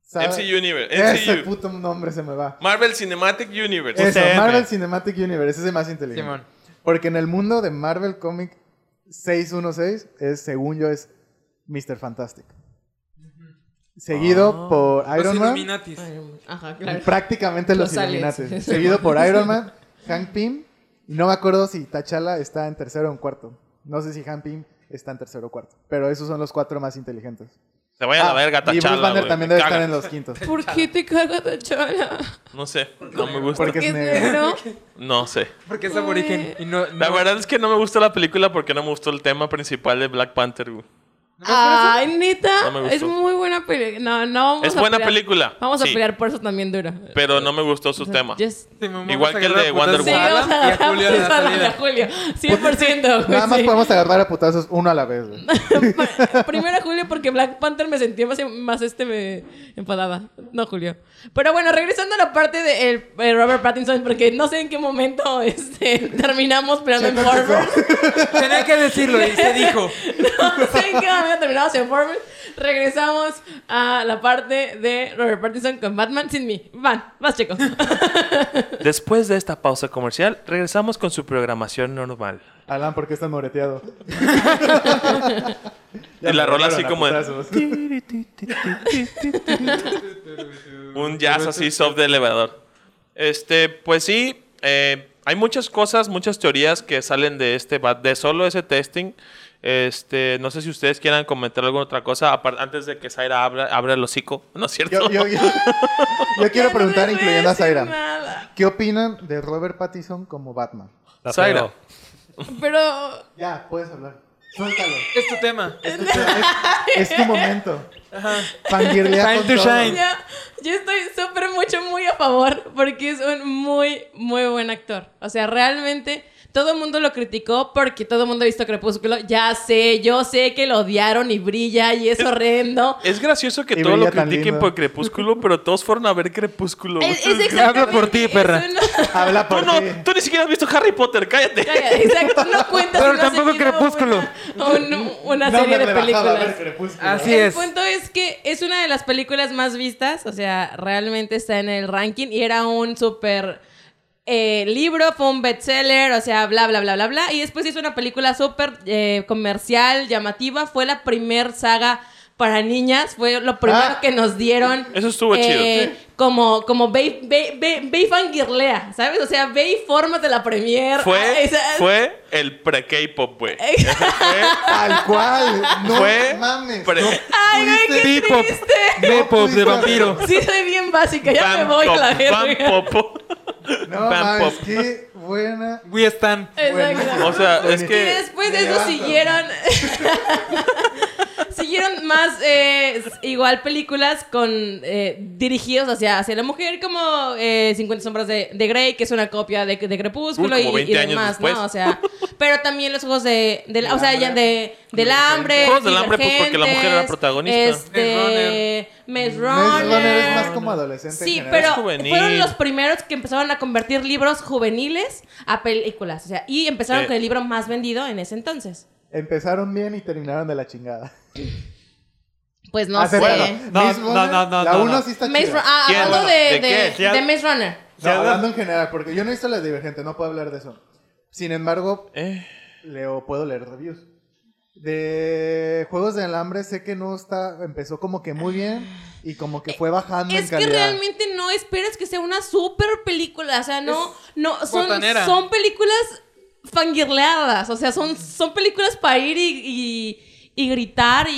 Speaker 4: ¿sabe?
Speaker 3: MCU Universe,
Speaker 4: Ese
Speaker 3: MCU.
Speaker 4: puto nombre se me va.
Speaker 3: Marvel Cinematic Universe.
Speaker 4: Eso,
Speaker 5: UCM.
Speaker 4: Marvel Cinematic Universe es el más inteligente.
Speaker 7: Simón.
Speaker 4: Porque en el mundo de Marvel Comic 616 es, según yo, es Mr. Fantastic. Seguido por
Speaker 7: Los
Speaker 4: Iron Man.
Speaker 7: Illuminatis.
Speaker 6: Ajá, Ah. claro.
Speaker 4: Prácticamente los,
Speaker 6: Los aliens.
Speaker 4: Illuminati. Seguido por Iron Man, Hank Pym. y No me acuerdo si T'Challa está en tercero o en cuarto. No sé si Hank Pym está en tercero o cuarto. Pero esos son los cuatro más inteligentes.
Speaker 3: Se vaya a la
Speaker 4: Ah,
Speaker 3: verga,
Speaker 4: y Bruce
Speaker 3: tachala,
Speaker 4: Banner
Speaker 3: güey.
Speaker 4: también
Speaker 3: me
Speaker 4: debe
Speaker 3: caga.
Speaker 4: estar en los quintos.
Speaker 6: ¿Por qué te caga Tachana?
Speaker 3: No sé, no me gusta.
Speaker 4: Porque
Speaker 6: ¿Qué
Speaker 4: es
Speaker 6: es
Speaker 4: negro.
Speaker 6: negro?
Speaker 3: No sé.
Speaker 7: Porque es aborigen. Y no,
Speaker 3: La
Speaker 7: no-
Speaker 3: verdad es que no me gustó la película porque no me gustó el tema principal de Black Panther, güey.
Speaker 6: Ay, neta.
Speaker 3: No me gustó.
Speaker 6: es muy buena película. No, no vamos
Speaker 3: Es
Speaker 6: a
Speaker 3: buena
Speaker 6: pelear.
Speaker 3: película,
Speaker 6: Vamos a
Speaker 3: sí.
Speaker 6: pelear por eso también dura.
Speaker 3: Pero no me gustó su tema.
Speaker 6: Yes.
Speaker 7: Sí, mamá,
Speaker 3: Igual
Speaker 7: vamos a
Speaker 3: que el
Speaker 7: agarrar
Speaker 3: de Wonder
Speaker 6: Sí,
Speaker 7: putas
Speaker 3: Woman.
Speaker 7: Adam
Speaker 6: vamos a
Speaker 7: y a Julio de la
Speaker 6: agarrar a
Speaker 7: salida.
Speaker 6: Julio. 100%.
Speaker 4: Pues Nada más
Speaker 6: güey, sí.
Speaker 4: podemos agarrar a putazos uno a la vez, güey.
Speaker 6: Pa- Primero Julio porque Black Panther me sentía más, más este me enfadada. No Julio. Pero bueno, regresando a la parte de el- eh, Robert Pattinson, porque no sé en qué momento este, terminamos peleando en Marvel.
Speaker 7: Tenía que decirlo y se dijo.
Speaker 6: No sé en qué momento terminamos en Marvel. Regresamos a la parte de Robert Pattinson con Batman sin mí. Van, vas checo.
Speaker 3: Después de esta pausa comercial, regresamos con su programación normal.
Speaker 4: Alan, ¿por qué estás moreteado?
Speaker 3: Y la rola así como de-
Speaker 4: de...
Speaker 3: Un jazz así soft de elevador. Este, pues sí, eh, hay muchas cosas, muchas teorías que salen de este, va- de solo ese testing. Este, no sé si ustedes quieran comentar alguna otra cosa apar- antes de que Zaira abra, abra el hocico, ¿no es
Speaker 4: Yo,
Speaker 3: cierto?
Speaker 4: yo- yo- yo quiero preguntar, incluyendo a Zaira,
Speaker 6: Zaira.
Speaker 4: ¿qué opinan de Robert Pattinson como Batman?
Speaker 5: La
Speaker 3: Zaira.
Speaker 5: feo.
Speaker 6: Pero
Speaker 4: Ya, puedes hablar. Suéltalo.
Speaker 7: Es tu tema.
Speaker 4: Es tu momento. Fangirlea
Speaker 7: Time
Speaker 4: con
Speaker 7: to
Speaker 4: todo.
Speaker 7: shine.
Speaker 6: Ya, yo estoy súper mucho, muy a favor porque es un muy, muy buen actor. O sea, realmente todo el mundo lo criticó porque todo el mundo ha visto Crepúsculo. Ya sé, yo sé que lo odiaron y brilla y es horrendo.
Speaker 3: Es gracioso que
Speaker 4: Y
Speaker 3: todos lo
Speaker 4: brilla tan
Speaker 3: critiquen
Speaker 4: lindo.
Speaker 3: por Crepúsculo, pero todos fueron a ver Crepúsculo. güey.
Speaker 6: Es, es exactamente-
Speaker 7: Habla por ti,
Speaker 6: es
Speaker 7: perra.
Speaker 6: una-
Speaker 4: Habla
Speaker 3: Tú,
Speaker 4: por
Speaker 3: no,
Speaker 4: ti.
Speaker 3: tú ni siquiera has visto Harry Potter, cállate.
Speaker 6: Calla, Exacto, no cuenta.
Speaker 7: Pero
Speaker 6: si no has
Speaker 7: tampoco
Speaker 6: seguido
Speaker 7: Crepúsculo.
Speaker 6: Una, un- una
Speaker 4: No
Speaker 6: serie
Speaker 4: me
Speaker 6: de
Speaker 4: rebajaba a ver
Speaker 6: películas.
Speaker 4: Crepúsculo.
Speaker 7: Así
Speaker 6: el
Speaker 7: es.
Speaker 6: punto es que es una de las películas más vistas, o sea, realmente está en el ranking y era un súper eh, libro, fue un bestseller, o sea, bla, bla, bla, bla, bla. Y después hizo una película súper eh, comercial, llamativa, fue la primer saga para niñas, fue lo primero
Speaker 4: Ah.
Speaker 6: que nos dieron. eh,
Speaker 3: Eso estuvo chido.
Speaker 6: Como, como ve, ve, ve, ve y fangirlea, ¿sabes? O sea, ve y fórmate la premier. Ah,
Speaker 3: Fue,
Speaker 6: esa-
Speaker 3: fue el pre-K-pop, güey.
Speaker 6: Ey.
Speaker 3: Ese fue-
Speaker 4: Tal cual. No
Speaker 3: Fue
Speaker 4: mames.
Speaker 3: pre-
Speaker 4: no
Speaker 6: Ay, güey,
Speaker 4: pudiste-
Speaker 6: qué
Speaker 7: Bebop.
Speaker 6: triste.
Speaker 7: Bebop de
Speaker 4: No
Speaker 7: vampiro.
Speaker 6: Sí, soy bien básica, ya me
Speaker 3: Bam,
Speaker 6: voy a la
Speaker 3: pop, bam,
Speaker 6: verga.
Speaker 3: popo.
Speaker 4: No
Speaker 3: Bam,
Speaker 4: mames,
Speaker 3: pop.
Speaker 4: qué buena.
Speaker 7: We stand.
Speaker 6: Exacto.
Speaker 3: O sea, es
Speaker 6: Y
Speaker 3: que
Speaker 6: después
Speaker 4: Me
Speaker 6: de eso
Speaker 4: levanto.
Speaker 6: siguieron. siguieron más eh, igual películas con eh, dirigidos hacia, hacia la mujer, como eh, 50 Sombras de, de Grey, que es una copia de, de Crepúsculo
Speaker 3: Uy,
Speaker 6: y,
Speaker 3: como 20
Speaker 6: y
Speaker 3: años
Speaker 6: demás,
Speaker 3: después.
Speaker 6: ¿no? O sea, pero también los juegos de, del- o sea, ya de, del hambre.
Speaker 3: Juegos del hambre, pues, porque la mujer era
Speaker 6: Divergentes,
Speaker 3: protagonista.
Speaker 6: Este, Maze
Speaker 4: Maze
Speaker 6: Runner.
Speaker 4: Runner es más como adolescente. en
Speaker 6: Sí,
Speaker 4: general.
Speaker 3: Es
Speaker 6: pero
Speaker 3: juvenil.
Speaker 6: fueron los primeros que empezaron a convertir libros juveniles a películas. O sea, y empezaron
Speaker 3: Eh.
Speaker 6: con el libro más vendido en ese entonces.
Speaker 4: Empezaron bien y terminaron de la chingada.
Speaker 6: Pues no sé.
Speaker 4: Hace rato.
Speaker 5: No,
Speaker 4: Maze
Speaker 5: no,
Speaker 4: Runner,
Speaker 5: no, no,
Speaker 4: La
Speaker 5: no,
Speaker 4: 1
Speaker 5: no.
Speaker 4: sí está
Speaker 6: Maze
Speaker 4: chida.
Speaker 6: Ru- ah,
Speaker 3: ¿Quién?
Speaker 6: hablando
Speaker 3: Bueno,
Speaker 6: de,
Speaker 3: ¿de
Speaker 6: de-
Speaker 5: qué?
Speaker 6: de Maze Runner.
Speaker 4: No,
Speaker 5: Ya,
Speaker 4: hablando
Speaker 5: ya.
Speaker 4: en general, porque yo no he visto las divergentes, no puedo hablar de eso. Sin embargo,
Speaker 3: eh,
Speaker 4: leo, puedo leer reviews. De Juegos de Alambre sé que no está, empezó como que muy bien y como que fue bajando en
Speaker 6: Es que
Speaker 4: calidad.
Speaker 6: realmente no esperas que sea una super película. O sea, no, no, son,
Speaker 7: botanera.
Speaker 6: son películas fangirleadas. O sea, son, son películas para ir y, y- y gritar y,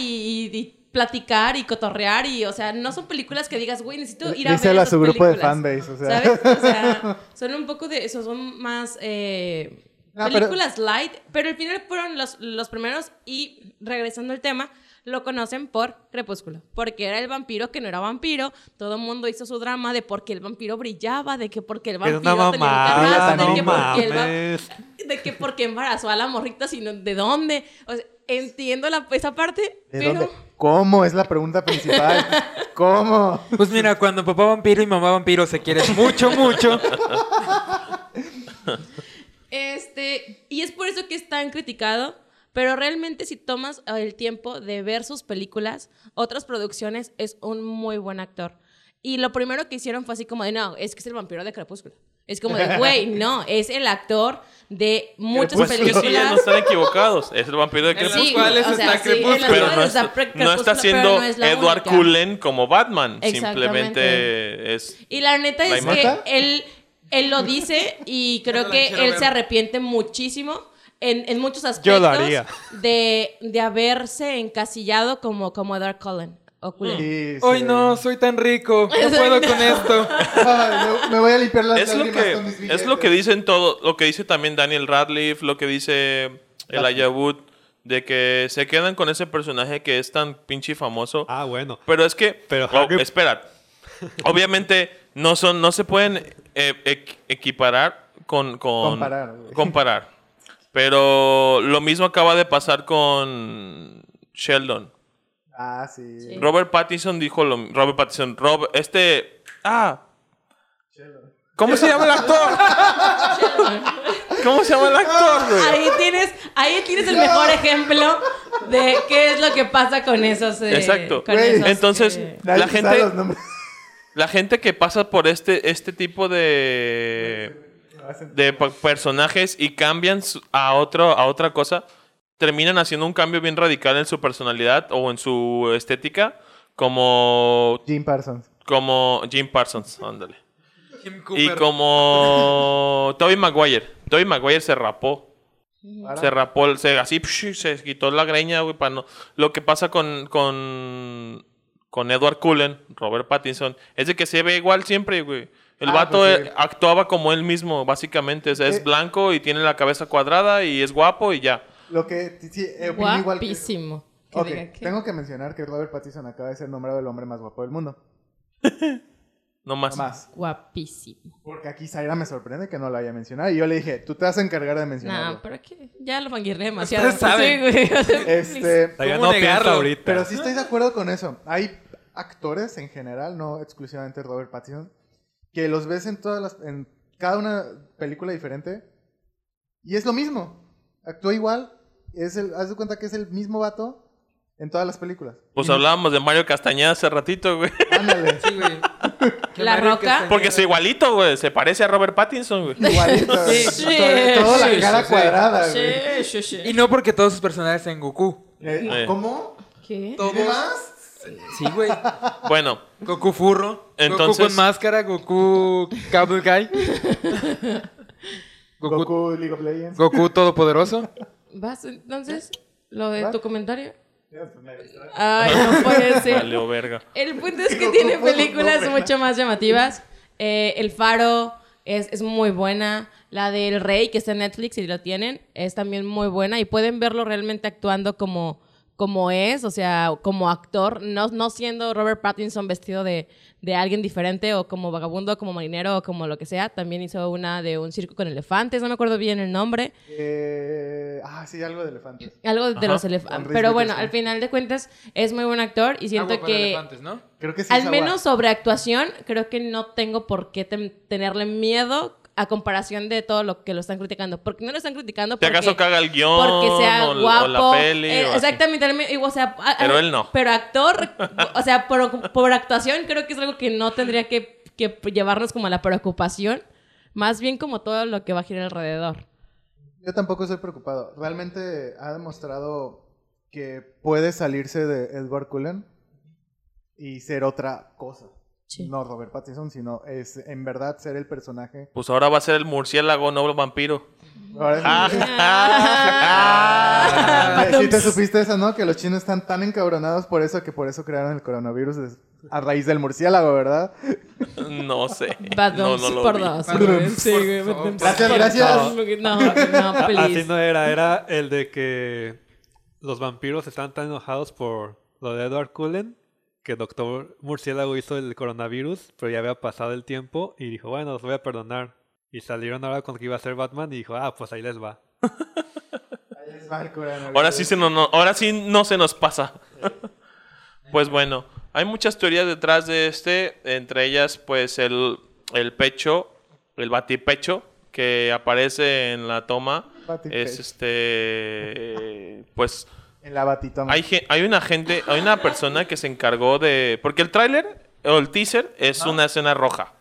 Speaker 6: y- y platicar y cotorrear. Y, o sea, no son películas que digas, güey, necesito ir a ver.
Speaker 4: Díselo a
Speaker 6: esas
Speaker 4: su grupo de
Speaker 6: películas".
Speaker 4: fanbase, o sea.
Speaker 6: ¿Sabes? O sea, son un poco de eso, son más eh,
Speaker 4: Ah, pero-
Speaker 6: películas light, pero al final fueron los, los primeros y regresando al tema, lo conocen por Crepúsculo, porque era el vampiro que no era vampiro, todo el mundo hizo su drama de por qué el vampiro brillaba, de que porque el
Speaker 5: Que
Speaker 6: vampiro
Speaker 5: una
Speaker 6: tenía
Speaker 5: mamada,
Speaker 6: un carnazo, de
Speaker 5: no
Speaker 6: que porque el va-
Speaker 5: mames.
Speaker 6: de que porque embarazó a la morrita, sino de dónde. O sea, entiendo la, esa parte,
Speaker 4: ¿De
Speaker 6: pero...
Speaker 4: dónde? ¿Cómo? Es la pregunta principal. ¿Cómo?
Speaker 7: Pues mira, cuando papá vampiro y mamá vampiro se quieren mucho, mucho.
Speaker 6: Este, y es por eso que es tan criticado, pero realmente si tomas ah, el tiempo de ver sus películas, otras producciones, es un muy buen actor. Y lo primero que hicieron fue así como de, no, es que es el vampiro de Crepúsculo. Es como de, güey, no, es el actor de muchas
Speaker 3: pues es que sí, ya no
Speaker 6: películas.
Speaker 3: están equivocados. Es el vampiro de
Speaker 7: En las
Speaker 3: Crepúsculo.
Speaker 7: cuales
Speaker 6: o sea,
Speaker 7: está
Speaker 6: sí, en las
Speaker 7: Crepúsculo.
Speaker 3: pero no,
Speaker 6: cuales
Speaker 3: es-
Speaker 6: está pre-
Speaker 3: no
Speaker 6: Crepúsculo,
Speaker 3: está siendo
Speaker 6: pero no es la
Speaker 3: Edward
Speaker 6: única.
Speaker 3: Cullen como Batman.
Speaker 6: Exactamente.
Speaker 3: Simplemente es.
Speaker 6: Y la neta
Speaker 3: ¿La
Speaker 6: es
Speaker 3: imagen?
Speaker 6: que él, él lo dice y creo
Speaker 7: la
Speaker 6: que
Speaker 7: quiero
Speaker 6: él
Speaker 7: ver.
Speaker 6: se arrepiente muchísimo en, en muchos aspectos
Speaker 5: Yo lo haría.
Speaker 6: De, de haberse encasillado como, como Edward Cullen. Oculus.
Speaker 4: Sí,
Speaker 8: Hoy
Speaker 4: sí.
Speaker 8: no, soy tan rico. No puedo con esto.
Speaker 4: Ay, me, me voy a limpiar las
Speaker 3: Es lo,
Speaker 4: lágrimas
Speaker 3: que,
Speaker 4: con mis
Speaker 3: es lo que
Speaker 4: billetes.
Speaker 3: dicen todo, lo que dice también Daniel Radcliffe, lo que dice el Ayabut, de que se quedan con ese personaje que es tan pinche famoso.
Speaker 5: Ah, bueno.
Speaker 3: Pero es que.
Speaker 5: Pero
Speaker 3: oh,
Speaker 5: Hagrid-
Speaker 3: espera. Obviamente no son, no se pueden eh, equ- equiparar con, con-
Speaker 4: Comparar, güey.
Speaker 3: comparar. Pero lo mismo acaba de pasar con Sheldon.
Speaker 4: Ah, sí.
Speaker 6: Sí.
Speaker 3: Robert Pattinson dijo lo Robert Pattinson, Rob- este ah ¿Cómo se llama el actor? ¿Cómo se llama el actor, güey?
Speaker 6: Ahí tienes, ahí tienes el mejor ejemplo de qué es lo que pasa con esos. eh,
Speaker 3: Exacto.
Speaker 6: con
Speaker 4: Güey.
Speaker 6: esos,
Speaker 3: Entonces,
Speaker 6: eh,
Speaker 4: Nadie
Speaker 3: La
Speaker 4: sabe
Speaker 3: gente-
Speaker 4: los nombres.
Speaker 3: La gente que pasa por este este tipo de de pa- personajes y cambian su- a otro a otra cosa, terminan haciendo un cambio bien radical en su personalidad o en su estética, como
Speaker 4: Jim Parsons.
Speaker 3: como Jim Parsons, ándale.
Speaker 8: Jim
Speaker 3: Y
Speaker 8: Cooper.
Speaker 3: como Toby Maguire. Toby Maguire se rapó. Se rapó, el- se, así psh, se quitó la greña, güey, para no. Lo que pasa con, con, con Edward Cullen, Robert Pattinson, es de que se ve igual siempre, güey. El
Speaker 4: Ah,
Speaker 3: vato
Speaker 4: pues
Speaker 3: eh,
Speaker 4: sí.
Speaker 3: actuaba como él mismo, básicamente. O sea,
Speaker 4: Eh.
Speaker 3: es blanco y tiene la cabeza cuadrada y es guapo y ya.
Speaker 4: Lo que. Sí, eh, opino igual que-
Speaker 6: Guapísimo. Que
Speaker 4: Ok,
Speaker 6: diga que-
Speaker 4: tengo que mencionar que Robert Pattinson acaba de ser nombrado el hombre más guapo del mundo.
Speaker 3: No
Speaker 4: No
Speaker 3: más.
Speaker 4: más.
Speaker 6: Guapísimo.
Speaker 4: Porque aquí Zaira me sorprende que no lo haya mencionado. Y yo le dije, tú te vas a encargar de mencionarlo.
Speaker 6: Nah, pero que ya lo manguiré demasiado.
Speaker 8: Ustedes saben.
Speaker 6: Sí, güey, o sea,
Speaker 4: Este.
Speaker 5: Todavía
Speaker 8: ¿Cómo
Speaker 5: no piensa
Speaker 8: negarlo?
Speaker 5: ahorita.
Speaker 4: Pero sí estoy de acuerdo con eso. Hay actores en general, no exclusivamente Robert Pattinson, que los ves en todas las. en cada una película diferente. Y es lo mismo. Actúa igual. Es el, haz de cuenta que es el mismo vato en todas las películas.
Speaker 3: Pues
Speaker 4: Y-
Speaker 3: hablábamos de Mario Castañeda hace ratito, güey.
Speaker 4: Ándale.
Speaker 8: Sí, güey. Qué
Speaker 6: La
Speaker 8: marica
Speaker 6: Roca.
Speaker 8: señora.
Speaker 3: Porque es igualito, güey. Se parece a Robert Pattinson, güey.
Speaker 4: Igualito. güey.
Speaker 6: Sí,
Speaker 4: Todo- Todo
Speaker 6: sí,
Speaker 4: la cara
Speaker 8: sí,
Speaker 4: cuadrada, güey.
Speaker 6: sí, sí, sí.
Speaker 8: Y no porque todos sus personajes en Goku.
Speaker 4: Eh,
Speaker 3: Eh.
Speaker 4: ¿Cómo?
Speaker 6: ¿Qué?
Speaker 4: ¿Todo más?
Speaker 8: Sí, güey.
Speaker 3: Bueno,
Speaker 8: Goku furro.
Speaker 3: Entonces-
Speaker 8: Goku con máscara, Goku Cable Guy. Goku,
Speaker 4: Goku, League of Legends.
Speaker 8: Goku todopoderoso.
Speaker 6: ¿Vas entonces? Lo de
Speaker 4: ¿Vas?
Speaker 6: tu comentario.
Speaker 4: pues, Me distraje.
Speaker 6: Ay, no puede ser.
Speaker 3: valió verga.
Speaker 6: El punto es que
Speaker 4: Digo,
Speaker 6: tiene
Speaker 4: ¿cómo no,
Speaker 6: películas
Speaker 4: verdad?
Speaker 6: mucho más llamativas. Eh, el Faro es, es muy buena. La del Rey, que está en Netflix y lo tienen, es también muy buena. Y pueden verlo realmente actuando como, como es, o sea, como actor, no, no siendo Robert Pattinson vestido de, de alguien diferente o como vagabundo, como marinero o como lo que sea. También hizo una de un circo con elefantes, no me acuerdo bien el nombre.
Speaker 4: Eh, ah, sí, algo de elefantes.
Speaker 6: Algo de
Speaker 3: Ajá.
Speaker 6: los
Speaker 4: Con
Speaker 6: elefantes.
Speaker 4: Reese
Speaker 6: Pero bueno,
Speaker 4: Witherspoon.
Speaker 6: al final de cuentas es muy buen actor y siento
Speaker 8: Agua para
Speaker 6: que...
Speaker 8: elefantes, ¿no?
Speaker 4: Creo que Ah, sí. es
Speaker 6: Al
Speaker 4: agua.
Speaker 6: menos sobre actuación, creo que no tengo por qué tem- tenerle miedo a comparación de todo lo que lo están criticando. Porque no lo están criticando
Speaker 3: Si
Speaker 6: porque,
Speaker 3: acaso caga el guión
Speaker 6: porque sea
Speaker 3: o,
Speaker 6: guapo.
Speaker 3: o la peli.
Speaker 6: eh,
Speaker 3: o así.
Speaker 6: exactamente. al me- O sea, a- a-
Speaker 3: Pero él no.
Speaker 6: Pero actor, o sea, por, por actuación creo que es algo que no tendría que, que llevarnos como a la preocupación. Más bien como todo lo que va a girar alrededor.
Speaker 4: Yo tampoco estoy preocupado. Realmente ha demostrado que puede salirse de Edward Cullen y ser otra cosa.
Speaker 6: Sí.
Speaker 4: No Robert Pattinson, sino es en verdad ser el personaje.
Speaker 3: Pues ahora va a ser el murciélago, no el vampiro.
Speaker 4: Ahora sí-
Speaker 6: Ah.
Speaker 4: Sí te supiste eso, ¿no? Que los chinos están tan encabronados por eso que por eso crearon el coronavirus des- a raíz del murciélago, ¿verdad?
Speaker 3: No sé.
Speaker 6: Bad
Speaker 3: no,
Speaker 6: Moms
Speaker 3: no lo
Speaker 6: por
Speaker 3: vi.
Speaker 6: dos.
Speaker 8: Bad Moms
Speaker 6: güey. Sí,
Speaker 8: por
Speaker 6: güey, Bad
Speaker 8: dos.
Speaker 6: Moms
Speaker 4: Gracias,
Speaker 6: por
Speaker 4: gracias.
Speaker 6: dos, güey. No, no,
Speaker 5: A-
Speaker 6: please.
Speaker 5: Ah, Así no era, era el de que los vampiros estaban tan enojados por lo de Edward Cullen que el doctor murciélago hizo el coronavirus, pero ya había pasado el tiempo y dijo, bueno, los voy a perdonar. Y salieron ahora con que iba a ser Batman y dijo, ah, pues ahí les va.
Speaker 4: Ahí les va el coronavirus.
Speaker 3: Ahora sí, se no, no- ahora sí no se nos pasa. pues bueno, hay muchas teorías detrás de este. Entre ellas, pues el, el pecho, el batipecho que aparece en la toma.
Speaker 4: Batipecho.
Speaker 3: Es este. Pues
Speaker 4: En la batitoma.
Speaker 3: Hay, gen- hay una gente, hay una persona que se encargó de. Porque el tráiler o el teaser es una escena roja.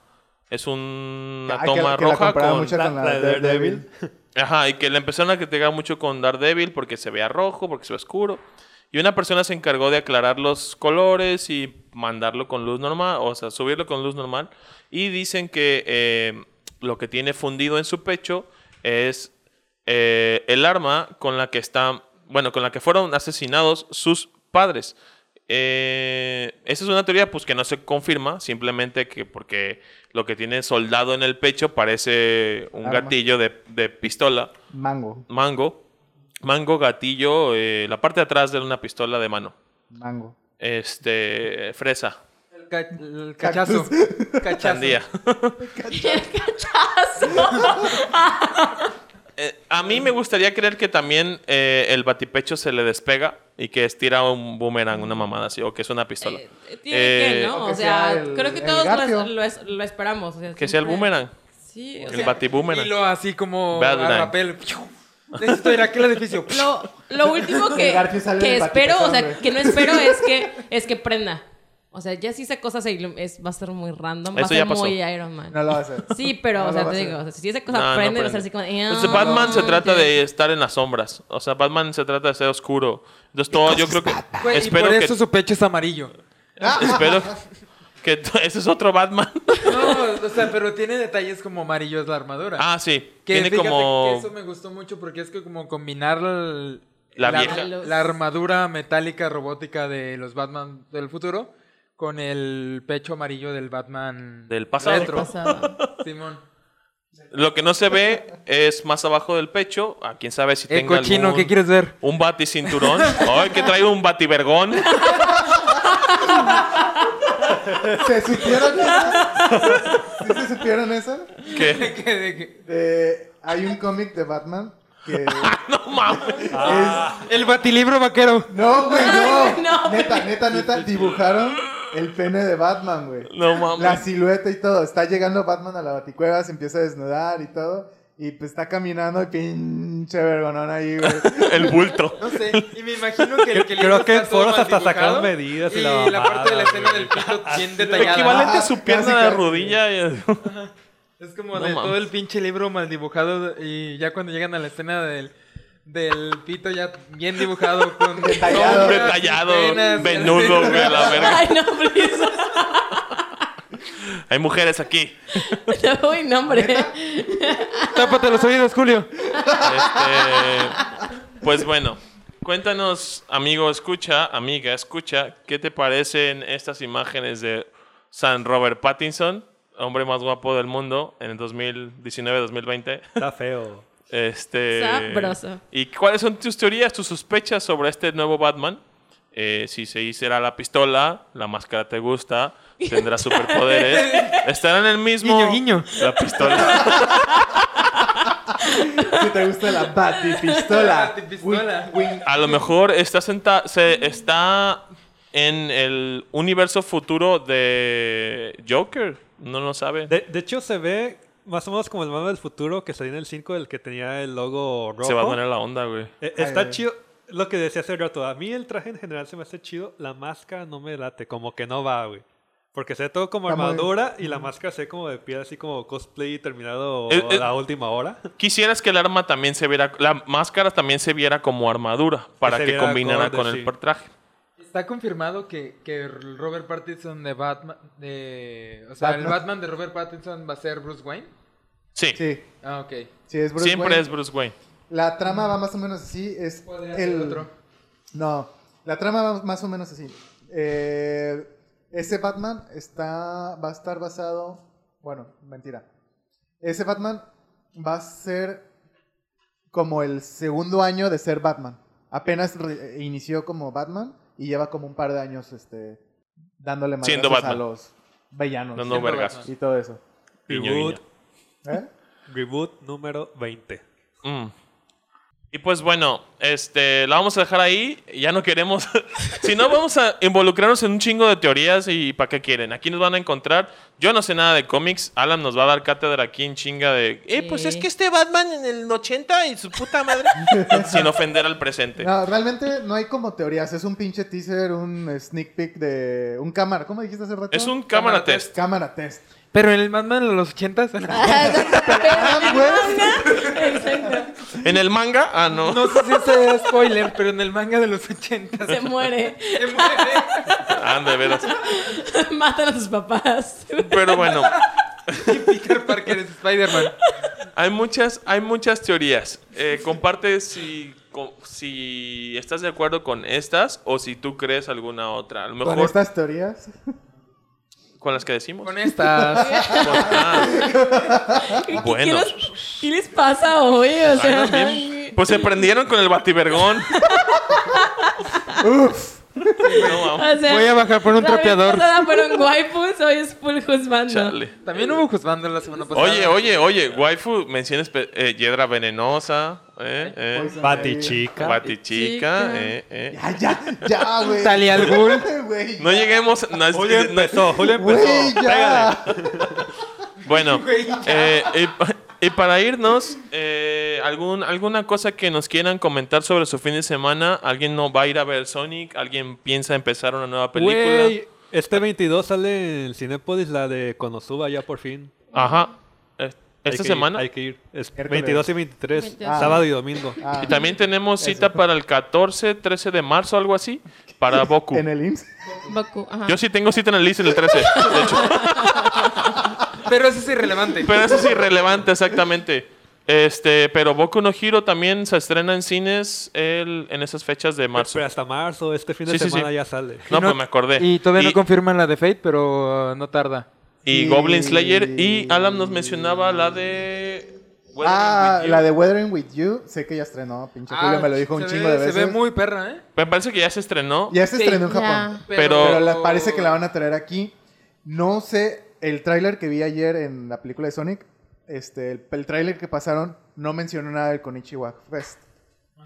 Speaker 3: Es una
Speaker 4: Ah, que- que
Speaker 3: toma
Speaker 4: la
Speaker 3: roja
Speaker 4: comparaba
Speaker 3: con.
Speaker 4: mucho con la,
Speaker 5: la- la
Speaker 4: de
Speaker 5: de
Speaker 4: Daredevil.
Speaker 5: Daredevil.
Speaker 3: Ajá, y que le empezaron a criticar mucho con Daredevil porque se vea rojo, porque se ve oscuro. Y una persona se encargó de aclarar los colores y mandarlo con luz normal, o sea, subirlo con luz normal. Y dicen que eh, lo que tiene fundido en su pecho es eh, el arma con la que están, bueno, con la que fueron asesinados sus padres. Eh, esa es una teoría pues que no se confirma, simplemente que porque lo que tiene soldado en el pecho parece un
Speaker 4: Arma.
Speaker 3: gatillo de, de pistola,
Speaker 4: Mango.
Speaker 3: mango, mango, gatillo, eh, la parte de atrás de una pistola de mano,
Speaker 4: Mango.
Speaker 3: este, fresa,
Speaker 7: El, ca- el cachazo. Cachazo.
Speaker 3: sandía. Eh, a mí me gustaría creer que también eh, el batipecho se le despega y que estira un boomerang, una mamada así, o que es una pistola.
Speaker 6: Eh, tiene
Speaker 3: Eh,
Speaker 6: que,
Speaker 4: o
Speaker 6: ¿no?
Speaker 4: que
Speaker 6: O
Speaker 4: sea
Speaker 6: sea,
Speaker 4: el-
Speaker 6: creo que
Speaker 4: el
Speaker 6: todos lo,
Speaker 4: garfio.
Speaker 6: es- lo es- lo esperamos. o sea,
Speaker 3: Que sea el
Speaker 6: siempre-
Speaker 3: boomerang,
Speaker 6: Sí, o
Speaker 3: el
Speaker 6: sea,
Speaker 3: batiboomerang.
Speaker 7: Y lo así como
Speaker 3: Bad
Speaker 7: a
Speaker 3: line.
Speaker 7: rapel. Necesito ir a aquel edificio.
Speaker 6: lo, lo último que,
Speaker 4: El garfio sale
Speaker 6: que
Speaker 4: del
Speaker 6: espero, o
Speaker 4: Vaticano,
Speaker 6: sea,
Speaker 4: güey.
Speaker 6: que no espero es que, es que prenda. O sea, ya si esa cosa se ilum- es, va a ser muy random, va a
Speaker 3: Eso
Speaker 6: ser
Speaker 3: ya pasó.
Speaker 6: muy Iron Man.
Speaker 4: No lo va a hacer.
Speaker 6: Sí, pero,
Speaker 4: No
Speaker 6: o
Speaker 4: lo
Speaker 6: sea,
Speaker 4: va
Speaker 6: te
Speaker 4: a
Speaker 6: digo, o
Speaker 4: hacer.
Speaker 6: sea, si esa
Speaker 3: No,
Speaker 6: cosa
Speaker 3: no
Speaker 6: prende, va
Speaker 3: prende.
Speaker 6: a ser así como... "Ah,
Speaker 3: Pues Batman se trata de estar en las sombras. O sea, Batman se trata de ser oscuro. Entonces todo, yo creo que
Speaker 7: Güey, y
Speaker 3: espero
Speaker 7: por
Speaker 3: que
Speaker 7: eso su pecho es amarillo. Ah.
Speaker 3: espero que t- ese es otro Batman.
Speaker 7: No, o sea, pero tiene detalles como amarillo es la armadura.
Speaker 3: Ah, sí.
Speaker 7: que
Speaker 3: Tiene
Speaker 7: fíjate que
Speaker 3: como
Speaker 7: eso me gustó mucho porque es que como combinar el-
Speaker 3: La vieja.
Speaker 7: la armadura metálica robótica de los Batman del futuro con el pecho amarillo del Batman
Speaker 3: Del pasado.
Speaker 7: retro. Simón.
Speaker 3: lo que no se ve es más abajo del pecho, a quién sabe si
Speaker 7: Eh,
Speaker 3: tenga
Speaker 7: cochino,
Speaker 3: algún-
Speaker 7: ¿qué quieres ver?
Speaker 3: un bati cinturón. Ay, que trae un bativergón.
Speaker 4: ¿Se supieron eso? ¿Sí se supieron eso?
Speaker 3: que
Speaker 7: ¿De qué- de qué?
Speaker 4: Eh, hay un cómic de Batman que...
Speaker 3: no mames.
Speaker 7: El batilibro vaquero.
Speaker 4: No, güey, no.
Speaker 6: no,
Speaker 4: Neta, neta, neta, dibujaron el pene de Batman, güey.
Speaker 3: No mames.
Speaker 4: La silueta y todo. Está llegando Batman a la baticueva, se empieza a desnudar y todo. Y pues está caminando y pinche vergonón ahí, güey.
Speaker 3: El bulto.
Speaker 7: No sé, y me imagino que el que
Speaker 5: Creo que en foros hasta sacaron medidas y
Speaker 7: y
Speaker 5: la
Speaker 7: la parte de la
Speaker 5: mamada,
Speaker 7: escena
Speaker 5: güey.
Speaker 7: del pito bien detallada.
Speaker 3: Equivalente a
Speaker 4: Ah,
Speaker 3: su pierna
Speaker 4: casi,
Speaker 3: de
Speaker 4: casi.
Speaker 3: rodilla. y-
Speaker 7: Es
Speaker 3: No
Speaker 7: como de todo
Speaker 3: mames.
Speaker 7: el pinche libro mal dibujado y ya cuando llegan a la escena del, del pito ya bien dibujado con
Speaker 4: Detallado.
Speaker 7: sombras,
Speaker 3: Detallado,
Speaker 7: venas,
Speaker 3: venudo, güey, a la verga.
Speaker 6: Ay, no, please.
Speaker 3: Hay mujeres aquí.
Speaker 6: No, uy, no, hombre.
Speaker 7: Tápate los oídos, Julio.
Speaker 3: Este, pues bueno, cuéntanos, amigo, escucha, amiga, escucha, ¿qué te parecen estas imágenes de San Robert Pattinson, hombre más guapo del mundo en el 2019-2020?
Speaker 5: Está feo.
Speaker 3: Este,
Speaker 6: Sabroso.
Speaker 3: ¿Y cuáles son tus teorías, tus sospechas sobre este nuevo Batman? Eh, si se hiciera la pistola, la máscara te gusta, tendrá superpoderes. Estará en el mismo.
Speaker 7: Guiño, guiño.
Speaker 3: La pistola.
Speaker 4: Si te gusta la batipistola.
Speaker 7: La batipistola.
Speaker 4: Wing, wing.
Speaker 3: A lo mejor está senta- se está en el universo futuro de Joker. No lo sabe.
Speaker 5: De, de hecho, se ve más o menos como el mando del futuro que salió en el 5, el que tenía el logo rojo.
Speaker 3: Se va a poner la onda, güey.
Speaker 5: Eh, está
Speaker 4: Ay, ay.
Speaker 5: chido. Lo que decía hace rato, a mí el traje en general se me hace chido, la máscara no me late, como que no va, güey. Porque se ve todo como
Speaker 4: Está muy-
Speaker 5: armadura y la máscara se ve como de piel, así como cosplay terminado
Speaker 3: Eh,
Speaker 5: a
Speaker 3: eh.
Speaker 5: la última hora.
Speaker 3: Quisieras que el arma también se viera, la máscara también se viera como armadura para
Speaker 5: se
Speaker 3: que,
Speaker 5: viera
Speaker 3: combinara
Speaker 5: acorde,
Speaker 3: con el
Speaker 5: sí.
Speaker 3: per- traje.
Speaker 7: Está confirmado que, que Robert Pattinson de Batman, de, o sea, el
Speaker 4: Batman.
Speaker 7: Batman de Robert Pattinson va a ser Bruce Wayne.
Speaker 3: Sí,
Speaker 4: Sí,
Speaker 7: Ah, ok.
Speaker 4: sí, es Bruce
Speaker 3: siempre
Speaker 4: Wayne.
Speaker 3: es Bruce Wayne.
Speaker 4: La trama va más o menos así. Es
Speaker 7: Podría ser
Speaker 4: el
Speaker 7: otro.
Speaker 4: No, la trama va más o menos así. Eh, ese Batman está, va a estar basado, bueno, mentira. Ese Batman va a ser como el segundo año de ser Batman. Apenas re- inició como Batman y lleva como un par de años, este, dándole
Speaker 3: Siendo
Speaker 4: madrazos a
Speaker 3: Batman.
Speaker 4: los villanos
Speaker 3: No, no,
Speaker 7: Siempre
Speaker 3: vergas.
Speaker 4: y todo eso.
Speaker 3: Guiño, guiño.
Speaker 5: Reboot,
Speaker 4: ¿Eh?
Speaker 5: reboot número 20.
Speaker 3: Mm. Y pues bueno, este, la vamos a dejar ahí. Ya no queremos. si no, vamos a involucrarnos en un chingo de teorías y para qué quieren. Aquí nos van a encontrar. Yo no sé nada de cómics. Alan nos va a dar cátedra aquí en chinga de. Eh, pues
Speaker 6: Sí.
Speaker 3: es que este Batman en el 80 y su puta madre. Sin ofender al presente.
Speaker 4: No, realmente no hay como teorías. Es un pinche teaser, un sneak peek de un cámara. ¿Cómo dijiste hace rato?
Speaker 3: es un cámara test.
Speaker 4: cámara test.
Speaker 7: Pero en el Batman de los ochentas,
Speaker 4: Ah, güey.
Speaker 6: Exacto.
Speaker 3: En el manga, ah, no.
Speaker 7: no sé si ese es spoiler, pero en el manga de los ochentas
Speaker 6: Se muere.
Speaker 7: se muere.
Speaker 3: Ah, de veras.
Speaker 6: Matan a sus papás.
Speaker 3: Pero bueno.
Speaker 7: Y Peter Parker es Spider-Man.
Speaker 3: Hay muchas, hay muchas teorías. Eh, comparte si co- si estás de acuerdo con estas o si tú crees alguna otra. A lo mejor Eh.
Speaker 4: Con estas teorías.
Speaker 3: con las que decimos.
Speaker 7: Con estas.
Speaker 3: Con- ah,
Speaker 6: ¿Qué- ¿Qué,
Speaker 3: bueno.
Speaker 6: les, qué les pasa hoy? O sea,
Speaker 3: Andas bien. Pues se prendieron con el bativergón. No, vamos.
Speaker 6: o sea,
Speaker 7: Voy a bajar por un
Speaker 6: la vez
Speaker 7: trapeador.
Speaker 6: pasada fueron waifus, hoy es full husbando.
Speaker 3: Chale.
Speaker 7: También hubo juzgando la semana pasada.
Speaker 3: Oye, oye, oye, waifu, menciones pe- eh, hiedra venenosa, eh, eh,
Speaker 4: Poison
Speaker 5: Pati
Speaker 4: Ivy.
Speaker 5: chica.
Speaker 3: batichica,
Speaker 6: Chica.
Speaker 3: eh, eh.
Speaker 4: Pues, Ya, ya, ya, güey.
Speaker 7: Talia al Ghul.
Speaker 4: Güey,
Speaker 3: No pues, lleguemos. no-
Speaker 5: Julio
Speaker 3: no-
Speaker 5: empezó, Julio empezó.
Speaker 4: Güey, ya.
Speaker 3: Bueno, eh, y pa- y, para irnos, eh, algún, alguna cosa que nos quieran comentar sobre su fin de semana. ¿Alguien no va a ir a ver Sonic? ¿Alguien piensa empezar una nueva película?
Speaker 5: Güey, este 22 sale en Cinépolis la de Konosuba ya por fin.
Speaker 3: Ajá. Eh,
Speaker 5: Hay
Speaker 3: Esta
Speaker 5: que ir,
Speaker 3: semana.
Speaker 5: hay que ir. Es
Speaker 4: Miércoles.
Speaker 5: 22 y 23,
Speaker 6: 22.
Speaker 5: sábado y domingo.
Speaker 4: Ah,
Speaker 3: Y también tenemos cita para el 14, 13 de marzo, algo así, para Boku.
Speaker 4: en el IMSS.
Speaker 6: Baku, ajá.
Speaker 3: Yo sí tengo cita en el list en el 13, de hecho.
Speaker 7: Pero eso es irrelevante.
Speaker 3: Pero eso es irrelevante, exactamente. Este, pero Boku no Hero también se estrena en cines el- en esas fechas de marzo.
Speaker 5: Pero hasta marzo, este fin de
Speaker 3: Sí, sí,
Speaker 5: semana
Speaker 3: sí.
Speaker 5: ya sale.
Speaker 3: No, pues me acordé.
Speaker 7: Y todavía no confirman la de Fate, pero uh, no tarda.
Speaker 3: y
Speaker 4: Y-
Speaker 3: Goblin Slayer. Y Alan nos mencionaba la de. Weathering
Speaker 4: Ah,
Speaker 3: with You.
Speaker 4: la de Weathering With You. Sé que ya estrenó, pinche Julio me lo dijo un
Speaker 7: Ah, se
Speaker 4: chingo
Speaker 7: ve-
Speaker 4: de veces.
Speaker 7: Se ve muy perra, ¿eh?
Speaker 3: Me parece que ya se estrenó.
Speaker 4: Ya se
Speaker 7: Sí,
Speaker 4: estrenó en
Speaker 6: ya.
Speaker 4: Japón.
Speaker 3: Pero-
Speaker 4: Pero
Speaker 5: Oh.
Speaker 4: la- parece que la van a traer aquí. No sé, el tráiler que vi ayer en la película de Sonic, este, el, el tráiler que pasaron no mencionó nada del Konichiwa Fest.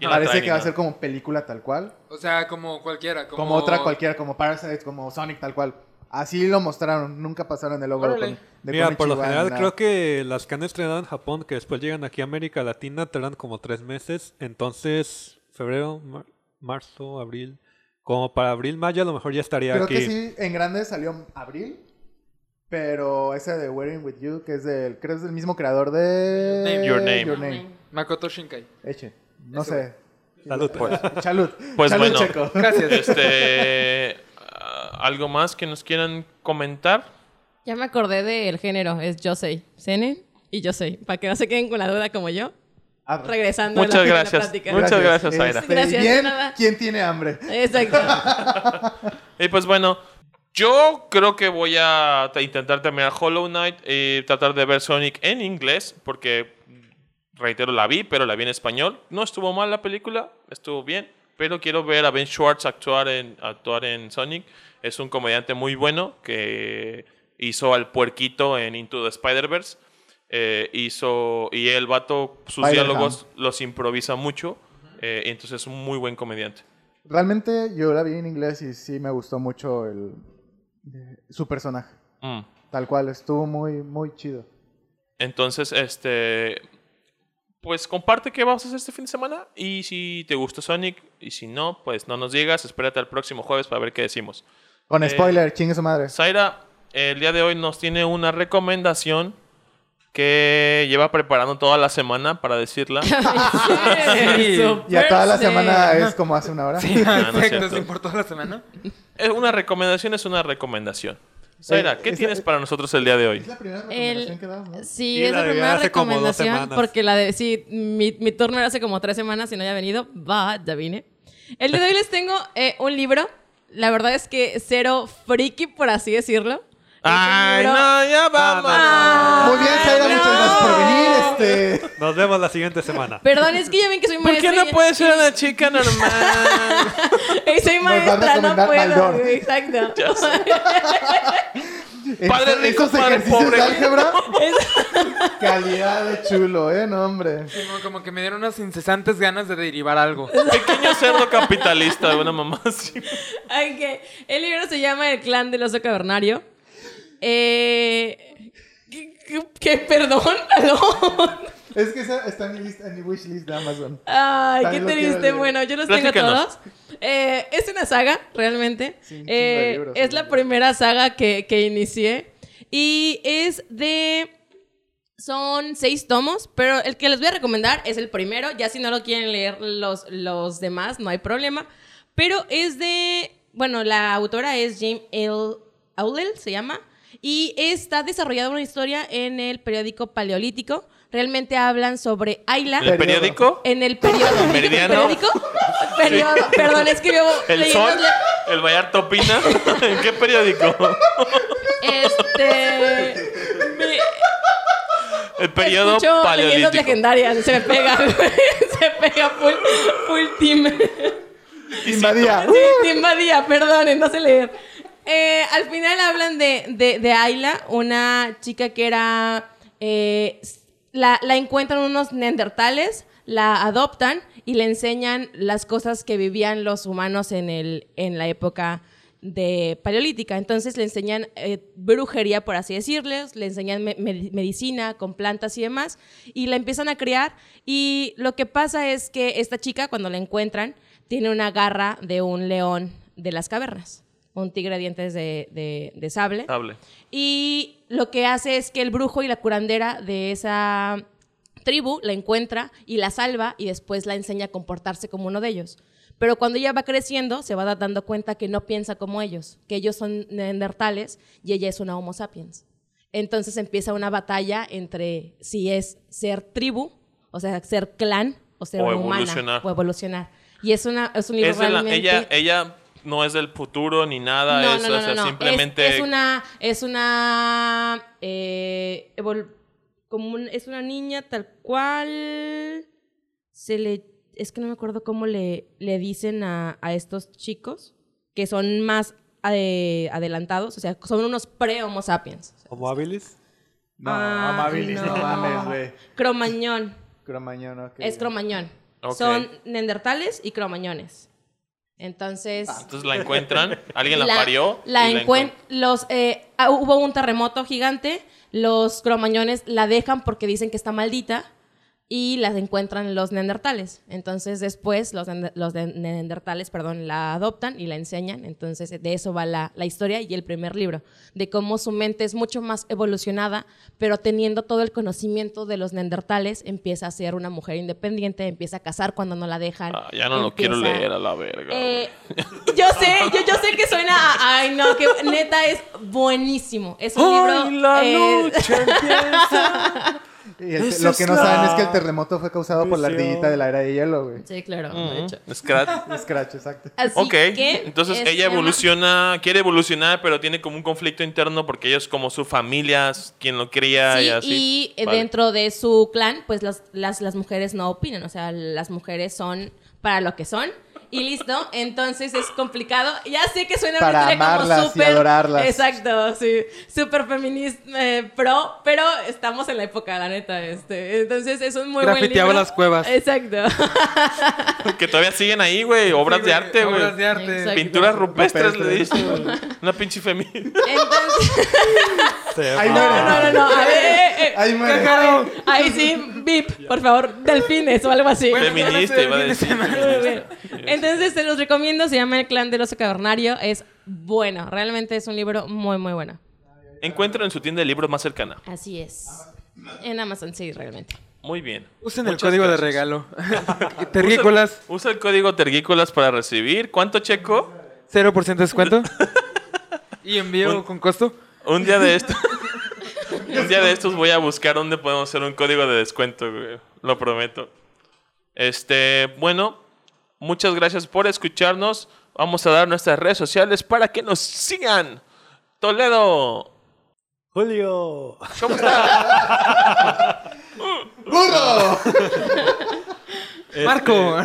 Speaker 3: Y no
Speaker 4: Parece
Speaker 3: trae
Speaker 4: que va a
Speaker 3: ni
Speaker 4: ser
Speaker 3: nada.
Speaker 4: como película tal cual,
Speaker 7: O sea, como cualquiera. Como,
Speaker 4: como, otra cualquiera, como Parasite, como Sonic tal cual. Así lo mostraron, nunca pasaron el logo de
Speaker 7: Órale.
Speaker 4: Kon- de
Speaker 5: Mira, por lo
Speaker 4: Konichiwa,
Speaker 5: general
Speaker 4: nada.
Speaker 5: creo que las que han estrenado en Japón, que después llegan aquí a América Latina, tardan como tres meses. Entonces, febrero, mar- marzo, abril. Como para abril, mayo, a lo mejor ya estaría
Speaker 4: Creo
Speaker 5: aquí.
Speaker 4: que sí, en grande salió en abril. Pero ese de Wearing With You, que es del, creo es del mismo creador de
Speaker 7: Name.
Speaker 3: Your Name.
Speaker 7: Makoto Shinkai.
Speaker 4: Eche. No
Speaker 7: Eso.
Speaker 4: sé.
Speaker 5: Salud, pues.
Speaker 4: Salud.
Speaker 3: Pues
Speaker 4: Salud,
Speaker 3: bueno.
Speaker 4: Checo.
Speaker 7: Gracias.
Speaker 3: Este. ah, ¿Algo más que nos quieran comentar?
Speaker 6: Ya me acordé del género, es Josei. Sene y Josei. Para que no se queden con la duda como yo.
Speaker 4: Ah,
Speaker 6: Regresando a la-
Speaker 3: Muchas
Speaker 6: a la,
Speaker 3: gracias.
Speaker 6: plática.
Speaker 3: Muchas gracias, Zaira.
Speaker 4: Este,
Speaker 6: Gracias, de
Speaker 4: bien,
Speaker 6: nada.
Speaker 4: ¿quién tiene hambre?
Speaker 6: Exacto.
Speaker 3: Y pues bueno, yo creo que voy a t- intentar terminar Hollow Knight y tratar de ver Sonic en inglés, porque reitero, la vi, pero la vi en español. No estuvo mal la película, estuvo bien, pero quiero ver a Ben Schwartz actuar en, actuar en Sonic. Es un comediante muy bueno que hizo al puerquito en Into the Spider-Verse. Eh, hizo y el vato sus
Speaker 4: Spider-Ham.
Speaker 3: diálogos los improvisa mucho eh, entonces es un muy buen comediante
Speaker 4: Realmente yo la vi en inglés y sí me gustó mucho el, eh, su personaje.
Speaker 3: Mm.
Speaker 4: Tal cual, estuvo muy, muy chido.
Speaker 3: Entonces, este. Pues comparte qué vamos a hacer este fin de semana. Y si te gustó Sonic, y si no, pues no nos digas. Espérate al próximo jueves para ver qué decimos.
Speaker 4: Con
Speaker 3: Eh,
Speaker 4: spoiler, chingue su madre.
Speaker 3: Zaira, el día de hoy nos tiene una recomendación que lleva preparando toda la semana para decirla.
Speaker 7: Ah, Sí.
Speaker 4: Ya toda la
Speaker 3: eh,
Speaker 4: semana
Speaker 6: es
Speaker 4: es como hace una hora.
Speaker 3: Ah, no es
Speaker 7: Perfecto,
Speaker 3: cierto.
Speaker 7: ¿se importó la semana?
Speaker 3: Eh, una recomendación es una recomendación. Zaira,
Speaker 4: Eh,
Speaker 3: ¿qué
Speaker 4: esa-
Speaker 3: tienes para nosotros el día de
Speaker 4: Es
Speaker 3: hoy?
Speaker 4: la primera
Speaker 6: El-
Speaker 4: recomendación que das, ¿no?
Speaker 6: Sí,
Speaker 5: Sí,
Speaker 6: es
Speaker 5: la
Speaker 6: la
Speaker 5: de
Speaker 6: primera
Speaker 5: hace como dos
Speaker 6: recomendación.
Speaker 5: semanas.
Speaker 6: Porque la de. Sí, mi, mi turno era hace como tres semanas y no había venido. Va, ya vine. El día de hoy les tengo eh, un libro. La verdad es que cero friki, por así decirlo. Es un
Speaker 3: Ay,
Speaker 6: libro-
Speaker 3: no, ya vamos.
Speaker 6: Ah,
Speaker 4: Muy bien, Zaira,
Speaker 6: no.
Speaker 4: muchas gracias por venir. Este...
Speaker 5: Nos vemos la siguiente semana.
Speaker 6: Perdón, es que ya ven que soy
Speaker 3: ¿Por
Speaker 6: maestra.
Speaker 3: qué no
Speaker 6: y-
Speaker 3: puedes ser una chica normal?
Speaker 6: y soy
Speaker 4: van a
Speaker 6: maestra, no
Speaker 4: recomendar
Speaker 6: puedo.
Speaker 4: Baldor.
Speaker 6: güey, Exacto.
Speaker 3: Ya sé.
Speaker 4: Estos-
Speaker 3: rico,
Speaker 4: estos
Speaker 3: padre
Speaker 4: este, ejercicios
Speaker 3: pobre.
Speaker 4: de álgebra,
Speaker 6: Es-
Speaker 4: calidad de chulo, ¿eh? No, hombre.
Speaker 7: Como, como que me dieron unas incesantes ganas de derivar algo.
Speaker 3: Pequeño cerdo capitalista, una mamá así.
Speaker 6: Ok. El libro se llama El clan del oso cavernario. Eh, ¿qué, qué- qué? perdón? ¿Aló?
Speaker 4: Es que esa está en mi, lista, en mi wish list de Amazon.
Speaker 6: Ay, qué
Speaker 4: También lo quiero
Speaker 6: triste.
Speaker 4: leer.
Speaker 6: Bueno, yo los
Speaker 3: Platícanos.
Speaker 6: tengo todos. Eh, es una saga, realmente.
Speaker 4: Sí, un chingo
Speaker 6: Eh,
Speaker 4: de libros,
Speaker 6: es
Speaker 4: sí,
Speaker 6: la
Speaker 4: sí.
Speaker 6: primera saga que, que inicié. Y es de... Son seis tomos, pero el que les voy a recomendar es el primero. Ya si no lo quieren leer los, los demás, no hay problema. Pero es de... Bueno, la autora es Jane L. Aulel, se llama. Y está desarrollada una historia en el periódico Paleolítico. Realmente hablan sobre Ayla.
Speaker 3: ¿El periódico?
Speaker 6: En el periodo.
Speaker 3: Meridiano.
Speaker 6: ¿El periódico? Periodo. Perdón, es que vivo
Speaker 3: ¿El
Speaker 6: leyendo-
Speaker 3: Sol? ¿El Vallarta Opina? ¿En qué periódico?
Speaker 6: Este. me-
Speaker 3: El periodo
Speaker 6: escucho leyendas
Speaker 3: paleolítico.
Speaker 6: legendarias. Se me pega, güey. Se pega full, full team.
Speaker 4: Invadía. Uh.
Speaker 6: Sí, Tim Badía, perdón, no sé leer. Eh, al final hablan de, de, de Ayla, una chica que era... eh, la, la encuentran unos neandertales, la adoptan y le enseñan las cosas que vivían los humanos en, el, en la época de paleolítica. Entonces le enseñan eh, brujería, por así decirles, le enseñan me- me- medicina con plantas y demás, y la empiezan a criar. Y lo que pasa es que esta chica, cuando la encuentran, tiene una garra de un león de las cavernas, un tigre de dientes de, de- de sable.
Speaker 3: Hable.
Speaker 6: Y lo que hace es que el brujo y la curandera de esa tribu la encuentra y la salva y después la enseña a comportarse como uno de ellos. Pero cuando ella va creciendo, se va da- dando cuenta que no piensa como ellos, que ellos son neandertales y ella es una Homo sapiens. Entonces empieza una batalla entre si es ser tribu, o sea, ser clan, o ser
Speaker 3: O
Speaker 6: humana,
Speaker 3: evolucionar.
Speaker 6: o evolucionar. Y es, una, es un libro
Speaker 3: Es de la-
Speaker 6: realmente...
Speaker 3: ella, ella no es del futuro ni nada.
Speaker 6: No,
Speaker 3: es,
Speaker 6: no, no,
Speaker 3: o sea,
Speaker 6: no, no. Es-
Speaker 3: simplemente.
Speaker 6: Es, una. Es una. eh, evol- como un- es una niña tal cual. Se le. Es que no me acuerdo cómo le, le dicen a, a estos chicos que son más eh, adelantados. O sea, son unos pre-homo sapiens.
Speaker 5: ¿Homo habilis?
Speaker 4: No,
Speaker 6: Ah,
Speaker 4: amabilis, no,
Speaker 6: no.
Speaker 4: mames, güey.
Speaker 6: Cromañón.
Speaker 4: Cromañón, ok.
Speaker 6: Es cromañón.
Speaker 3: Ok.
Speaker 6: Son neandertales y cromañones. Entonces.
Speaker 4: Ah,
Speaker 3: Entonces la encuentran, alguien la,
Speaker 6: La-
Speaker 3: parió.
Speaker 6: la
Speaker 3: y
Speaker 6: encuen- los, eh, ah, hubo un terremoto gigante, los cromañones la dejan porque dicen que está maldita y las encuentran los neandertales. Entonces después los, neander- los de- neandertales, perdón, la adoptan y la enseñan. Entonces de eso va la, la historia y el primer libro, de cómo su mente es mucho más evolucionada, pero teniendo todo el conocimiento de los neandertales, empieza a ser una mujer independiente, empieza a casar cuando no la dejan.
Speaker 3: Ah, ya no lo quiero
Speaker 6: empieza-
Speaker 3: leer a la verga.
Speaker 6: eh, yo sé, yo, yo sé que suena a- Ay, no, que neta es buenísimo. Es un libro... eh,
Speaker 4: Y el- lo que no saben es que el terremoto fue causado por la ardillita de la era de hielo, güey.
Speaker 6: sí, claro,
Speaker 3: güey.
Speaker 6: de hecho.
Speaker 3: Ujú, Scrat.
Speaker 4: Scratch, exacto.
Speaker 6: Así
Speaker 3: Ok,
Speaker 6: que,
Speaker 3: entonces
Speaker 6: es-
Speaker 3: ella
Speaker 6: se llama-
Speaker 3: evoluciona, quiere evolucionar, pero tiene como un conflicto interno porque ellos como su familia, es quien lo cría
Speaker 6: Sí,
Speaker 3: y así.
Speaker 6: y eh,
Speaker 3: Vale.
Speaker 6: dentro de su clan, pues las, las, las mujeres no opinan, o sea, las mujeres son para lo que son. Y listo, entonces es complicado. Ya sé que suena
Speaker 4: Para
Speaker 6: una historia
Speaker 4: amarlas y
Speaker 6: como súper.
Speaker 4: adorarlas.
Speaker 6: Exacto, sí. Súper feminista, eh, pro, pero estamos en la época, la neta. Este. Entonces es un muy
Speaker 7: Grafiteaba
Speaker 6: buen libro.
Speaker 7: las cuevas.
Speaker 6: Exacto.
Speaker 3: Que todavía siguen ahí, güey, obras de arte, güey.
Speaker 7: Obras de arte.
Speaker 6: Exacto.
Speaker 3: Pinturas rupestres, le
Speaker 4: Rupestres.
Speaker 3: diste, güey. Una pinche feminista.
Speaker 6: Entonces,
Speaker 5: Se
Speaker 4: Ahí
Speaker 5: va.
Speaker 4: muere.
Speaker 6: no, no, no, no, a ver, eh, eh,
Speaker 4: Ahí muere.
Speaker 6: ahí sí, VIP, por favor, delfines o algo así.
Speaker 3: Feminista, iba a decir.
Speaker 6: Entonces, se los recomiendo, se llama El clan del oso cavernario, es bueno, realmente es un libro muy, muy bueno.
Speaker 3: Encuentro en su tienda de libros más cercana.
Speaker 6: Así es. En Amazon, sí, realmente.
Speaker 3: Muy bien.
Speaker 7: Usen el
Speaker 3: Muchas
Speaker 7: código de
Speaker 3: gracias.
Speaker 7: regalo. Terrícolas,
Speaker 3: Usa el código Tergícolas para recibir. ¿Cuánto checo?
Speaker 7: 0% de descuento. Y envío con costo.
Speaker 3: Un día de estos. un día de estos voy a buscar dónde podemos hacer un código de descuento, güey. Lo prometo. Este, bueno, muchas gracias por escucharnos. Vamos a dar nuestras redes sociales para que nos sigan. Toledo.
Speaker 5: Julio.
Speaker 3: ¿Cómo estás?
Speaker 4: ¡Burro!
Speaker 7: Este, Marco.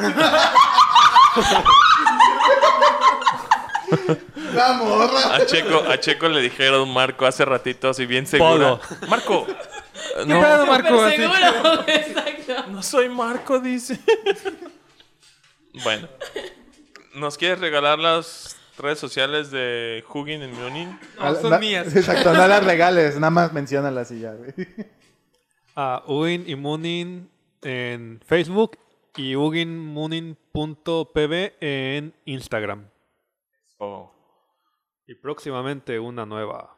Speaker 4: ¡La morra!
Speaker 3: A Checo, a Checo le dijeron Marco hace ratito, así bien seguro. Marco.
Speaker 7: ¿Qué pedo, Marco?
Speaker 6: Pero
Speaker 7: Así.
Speaker 6: seguro, exacto.
Speaker 3: No soy Marco, dice. bueno. ¿Nos quieres regalar las redes sociales de Hugin en Munin?
Speaker 7: No, son
Speaker 4: Na-
Speaker 7: mías.
Speaker 4: Exacto, no las regales, nada más menciónalas y ya, güey.
Speaker 5: A Ugin y Munin en Facebook y uginmunin.pb en Instagram.
Speaker 3: Oh.
Speaker 5: Y próximamente una nueva.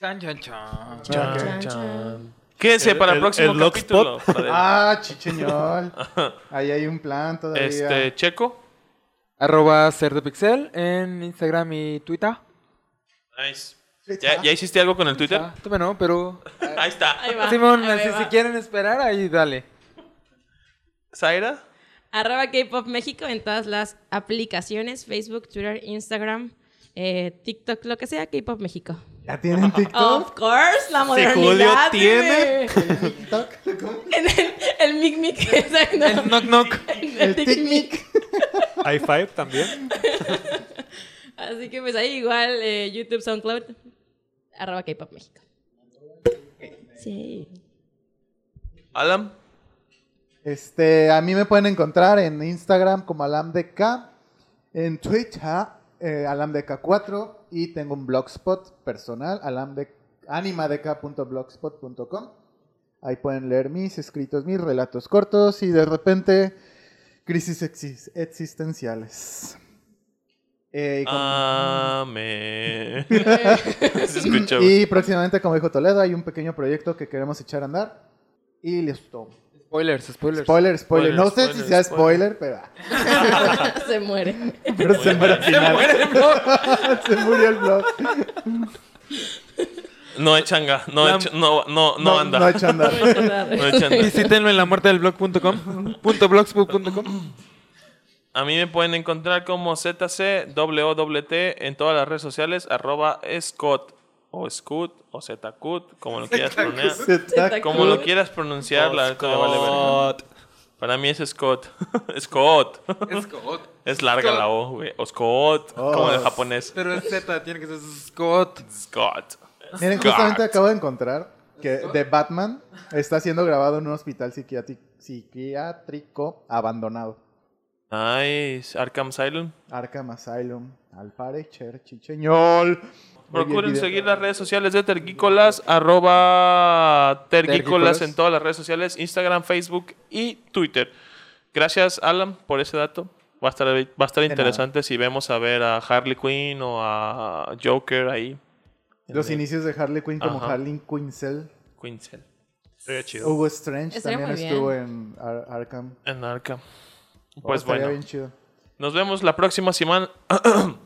Speaker 7: Chan, chan, chan.
Speaker 6: Chan, chan.
Speaker 3: Quédense para el,
Speaker 5: el-
Speaker 3: próximo
Speaker 5: el
Speaker 3: capítulo.
Speaker 4: Ah, chicheñol. Ahí hay un plan todavía.
Speaker 3: este, Checo.
Speaker 7: Arroba Cerdopixel en Instagram y Twitter.
Speaker 3: Nice. ¿Ya, ya hiciste algo con el Twitter?
Speaker 7: Ah, todavía no, pero.
Speaker 3: Ahí está.
Speaker 6: Ahí va.
Speaker 7: Simón,
Speaker 6: ahí
Speaker 7: si,
Speaker 6: va.
Speaker 7: si quieren esperar, ahí dale.
Speaker 3: ¿Zaira?
Speaker 6: Arroba K-Pop México en todas las aplicaciones, Facebook, Twitter, Instagram, eh, TikTok, lo que sea, K-Pop México.
Speaker 4: ¿Ya tienen TikTok?
Speaker 6: Of course, la modernidad.
Speaker 3: Julio
Speaker 6: güey.
Speaker 3: tiene.
Speaker 4: ¿TikTok? ¿Cómo?
Speaker 6: En el, el mic mic, exacto.
Speaker 7: El knock knock.
Speaker 6: El
Speaker 4: El
Speaker 6: tic mic.
Speaker 4: Tic-Mic.
Speaker 5: High five también.
Speaker 6: Así que pues ahí igual eh, YouTube, SoundCloud, arroba K-Pop México. Sí.
Speaker 3: Alan.
Speaker 4: Este, a mí me pueden encontrar en Instagram como alamdk, en Twitter eh, alamdk4 y tengo un blogspot personal, alamdk- animadk.blogspot.com. Ahí pueden leer mis escritos, mis relatos cortos y de repente crisis exis- existenciales. Eh, y como-
Speaker 3: Amén. Ah, Se escuchó. güey.
Speaker 4: y próximamente, como dijo Toledo, hay un pequeño proyecto que queremos echar a andar. Y listo.
Speaker 7: Spoilers, spoilers.
Speaker 4: Spoiler, spoiler.
Speaker 3: Spoiler,
Speaker 4: No sé si
Speaker 3: spoiler,
Speaker 4: sea
Speaker 3: spoiler.
Speaker 4: spoiler, pero... ah.
Speaker 6: Se muere.
Speaker 4: Pero se muere al final. Se, murió el blog.
Speaker 3: No es changa. No, es ch- no, no, no, anda.
Speaker 4: No hay chándal.
Speaker 3: No es changa.
Speaker 7: Visítenlo en la muerte del blog.com. blogspot.com.
Speaker 3: A mí me pueden encontrar como ZCWWT en todas las redes sociales, arroba Scott o Scoot o ZCut, como lo quieras pronunciar.
Speaker 4: Se taca.
Speaker 3: Como lo quieras pronunciar, la neta me vale verga. Para mí es Scott. Scott.
Speaker 7: Scott.
Speaker 3: Es larga la O, güey. O Scott, como en el japonés.
Speaker 7: Pero es Z, tiene que ser Scott.
Speaker 3: Scott.
Speaker 4: Miren, justamente acabo de encontrar que The Batman está siendo grabado en un hospital psiquiatri- psiquiátrico abandonado.
Speaker 3: Nice. Arkham Asylum.
Speaker 4: Arkham Asylum. Al parecer, chicheñol. Muy bien,
Speaker 3: Procuren
Speaker 4: video.
Speaker 3: seguir las redes sociales de Tergícolas, arroba Tergícolas
Speaker 7: Tergícolas.
Speaker 3: en todas las redes sociales, Instagram, Facebook y Twitter. Gracias, Alan, por ese dato. Va a estar, va a estar interesante si vemos a ver a Harley Quinn o a Joker ahí.
Speaker 4: Los inicios de Harley Quinn como
Speaker 3: Ajá.
Speaker 4: Harley Quinzel.
Speaker 3: Quinzel.
Speaker 5: Sería chido.
Speaker 4: Hugo Strange
Speaker 6: Estaría
Speaker 4: también
Speaker 6: muy
Speaker 4: estuvo en Ar- Arkham.
Speaker 3: En Arkham.
Speaker 4: Oh,
Speaker 3: Pues
Speaker 4: estaría
Speaker 3: bueno,
Speaker 4: bien chido.
Speaker 3: nos vemos la próxima semana.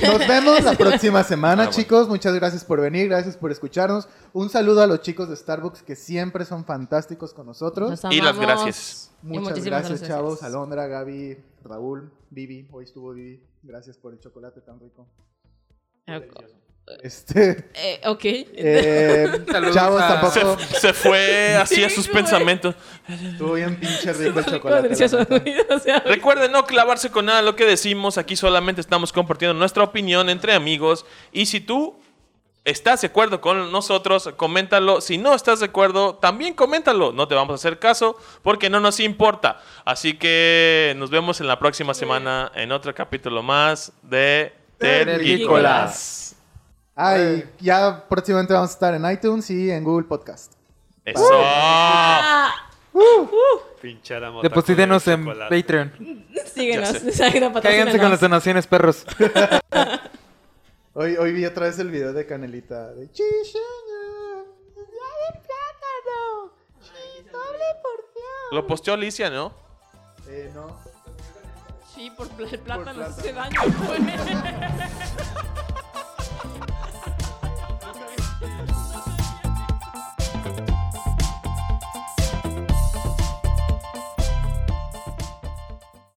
Speaker 4: Nos vemos la próxima semana,
Speaker 3: Ah, bueno.
Speaker 4: chicos. Muchas gracias por venir, gracias por escucharnos. Un saludo a los chicos de Starbucks que siempre son fantásticos con nosotros.
Speaker 3: Y las gracias.
Speaker 4: Muchas gracias, chavos. Alondra, Gaby, Raúl, Vivi. Hoy estuvo Vivi. Gracias por el chocolate tan rico. Este,
Speaker 6: Eh, ok.
Speaker 4: eh,
Speaker 7: Saludos
Speaker 4: chavos,
Speaker 7: a-
Speaker 4: tampoco
Speaker 3: Se fue así a
Speaker 6: Sí,
Speaker 3: sus
Speaker 6: güey.
Speaker 3: pensamientos.
Speaker 4: estuvo bien pinche rico el
Speaker 6: Rico,
Speaker 4: chocolate. la
Speaker 6: delicioso.
Speaker 4: neta.
Speaker 6: O sea,
Speaker 3: Recuerden no clavarse con nada de lo que decimos. Aquí solamente estamos compartiendo nuestra opinión entre amigos. Y si tú estás de acuerdo con nosotros, coméntalo. Si no estás de acuerdo, también coméntalo. No te vamos a hacer caso porque no nos importa. Así que nos vemos en la próxima semana en otro capítulo más de Tergícolas.
Speaker 4: Ay, ya próximamente vamos a estar en iTunes y en Google Podcast.
Speaker 3: Eso.
Speaker 6: ah,
Speaker 5: Pinchar a
Speaker 7: Deposítenos en Patreon.
Speaker 6: síguenos.
Speaker 3: Ya sé.
Speaker 6: Exacto,
Speaker 7: Cáiganse con las donaciones, perros.
Speaker 4: Hoy, hoy vi otra vez el video de Canelita de Chicheña. Ya de plátano. Sí, doble porción.
Speaker 3: Lo posteó Alicia, ¿no?
Speaker 4: Eh, no.
Speaker 6: Sí, por pl- plátano pues.
Speaker 4: plátano.
Speaker 6: se daña. güey.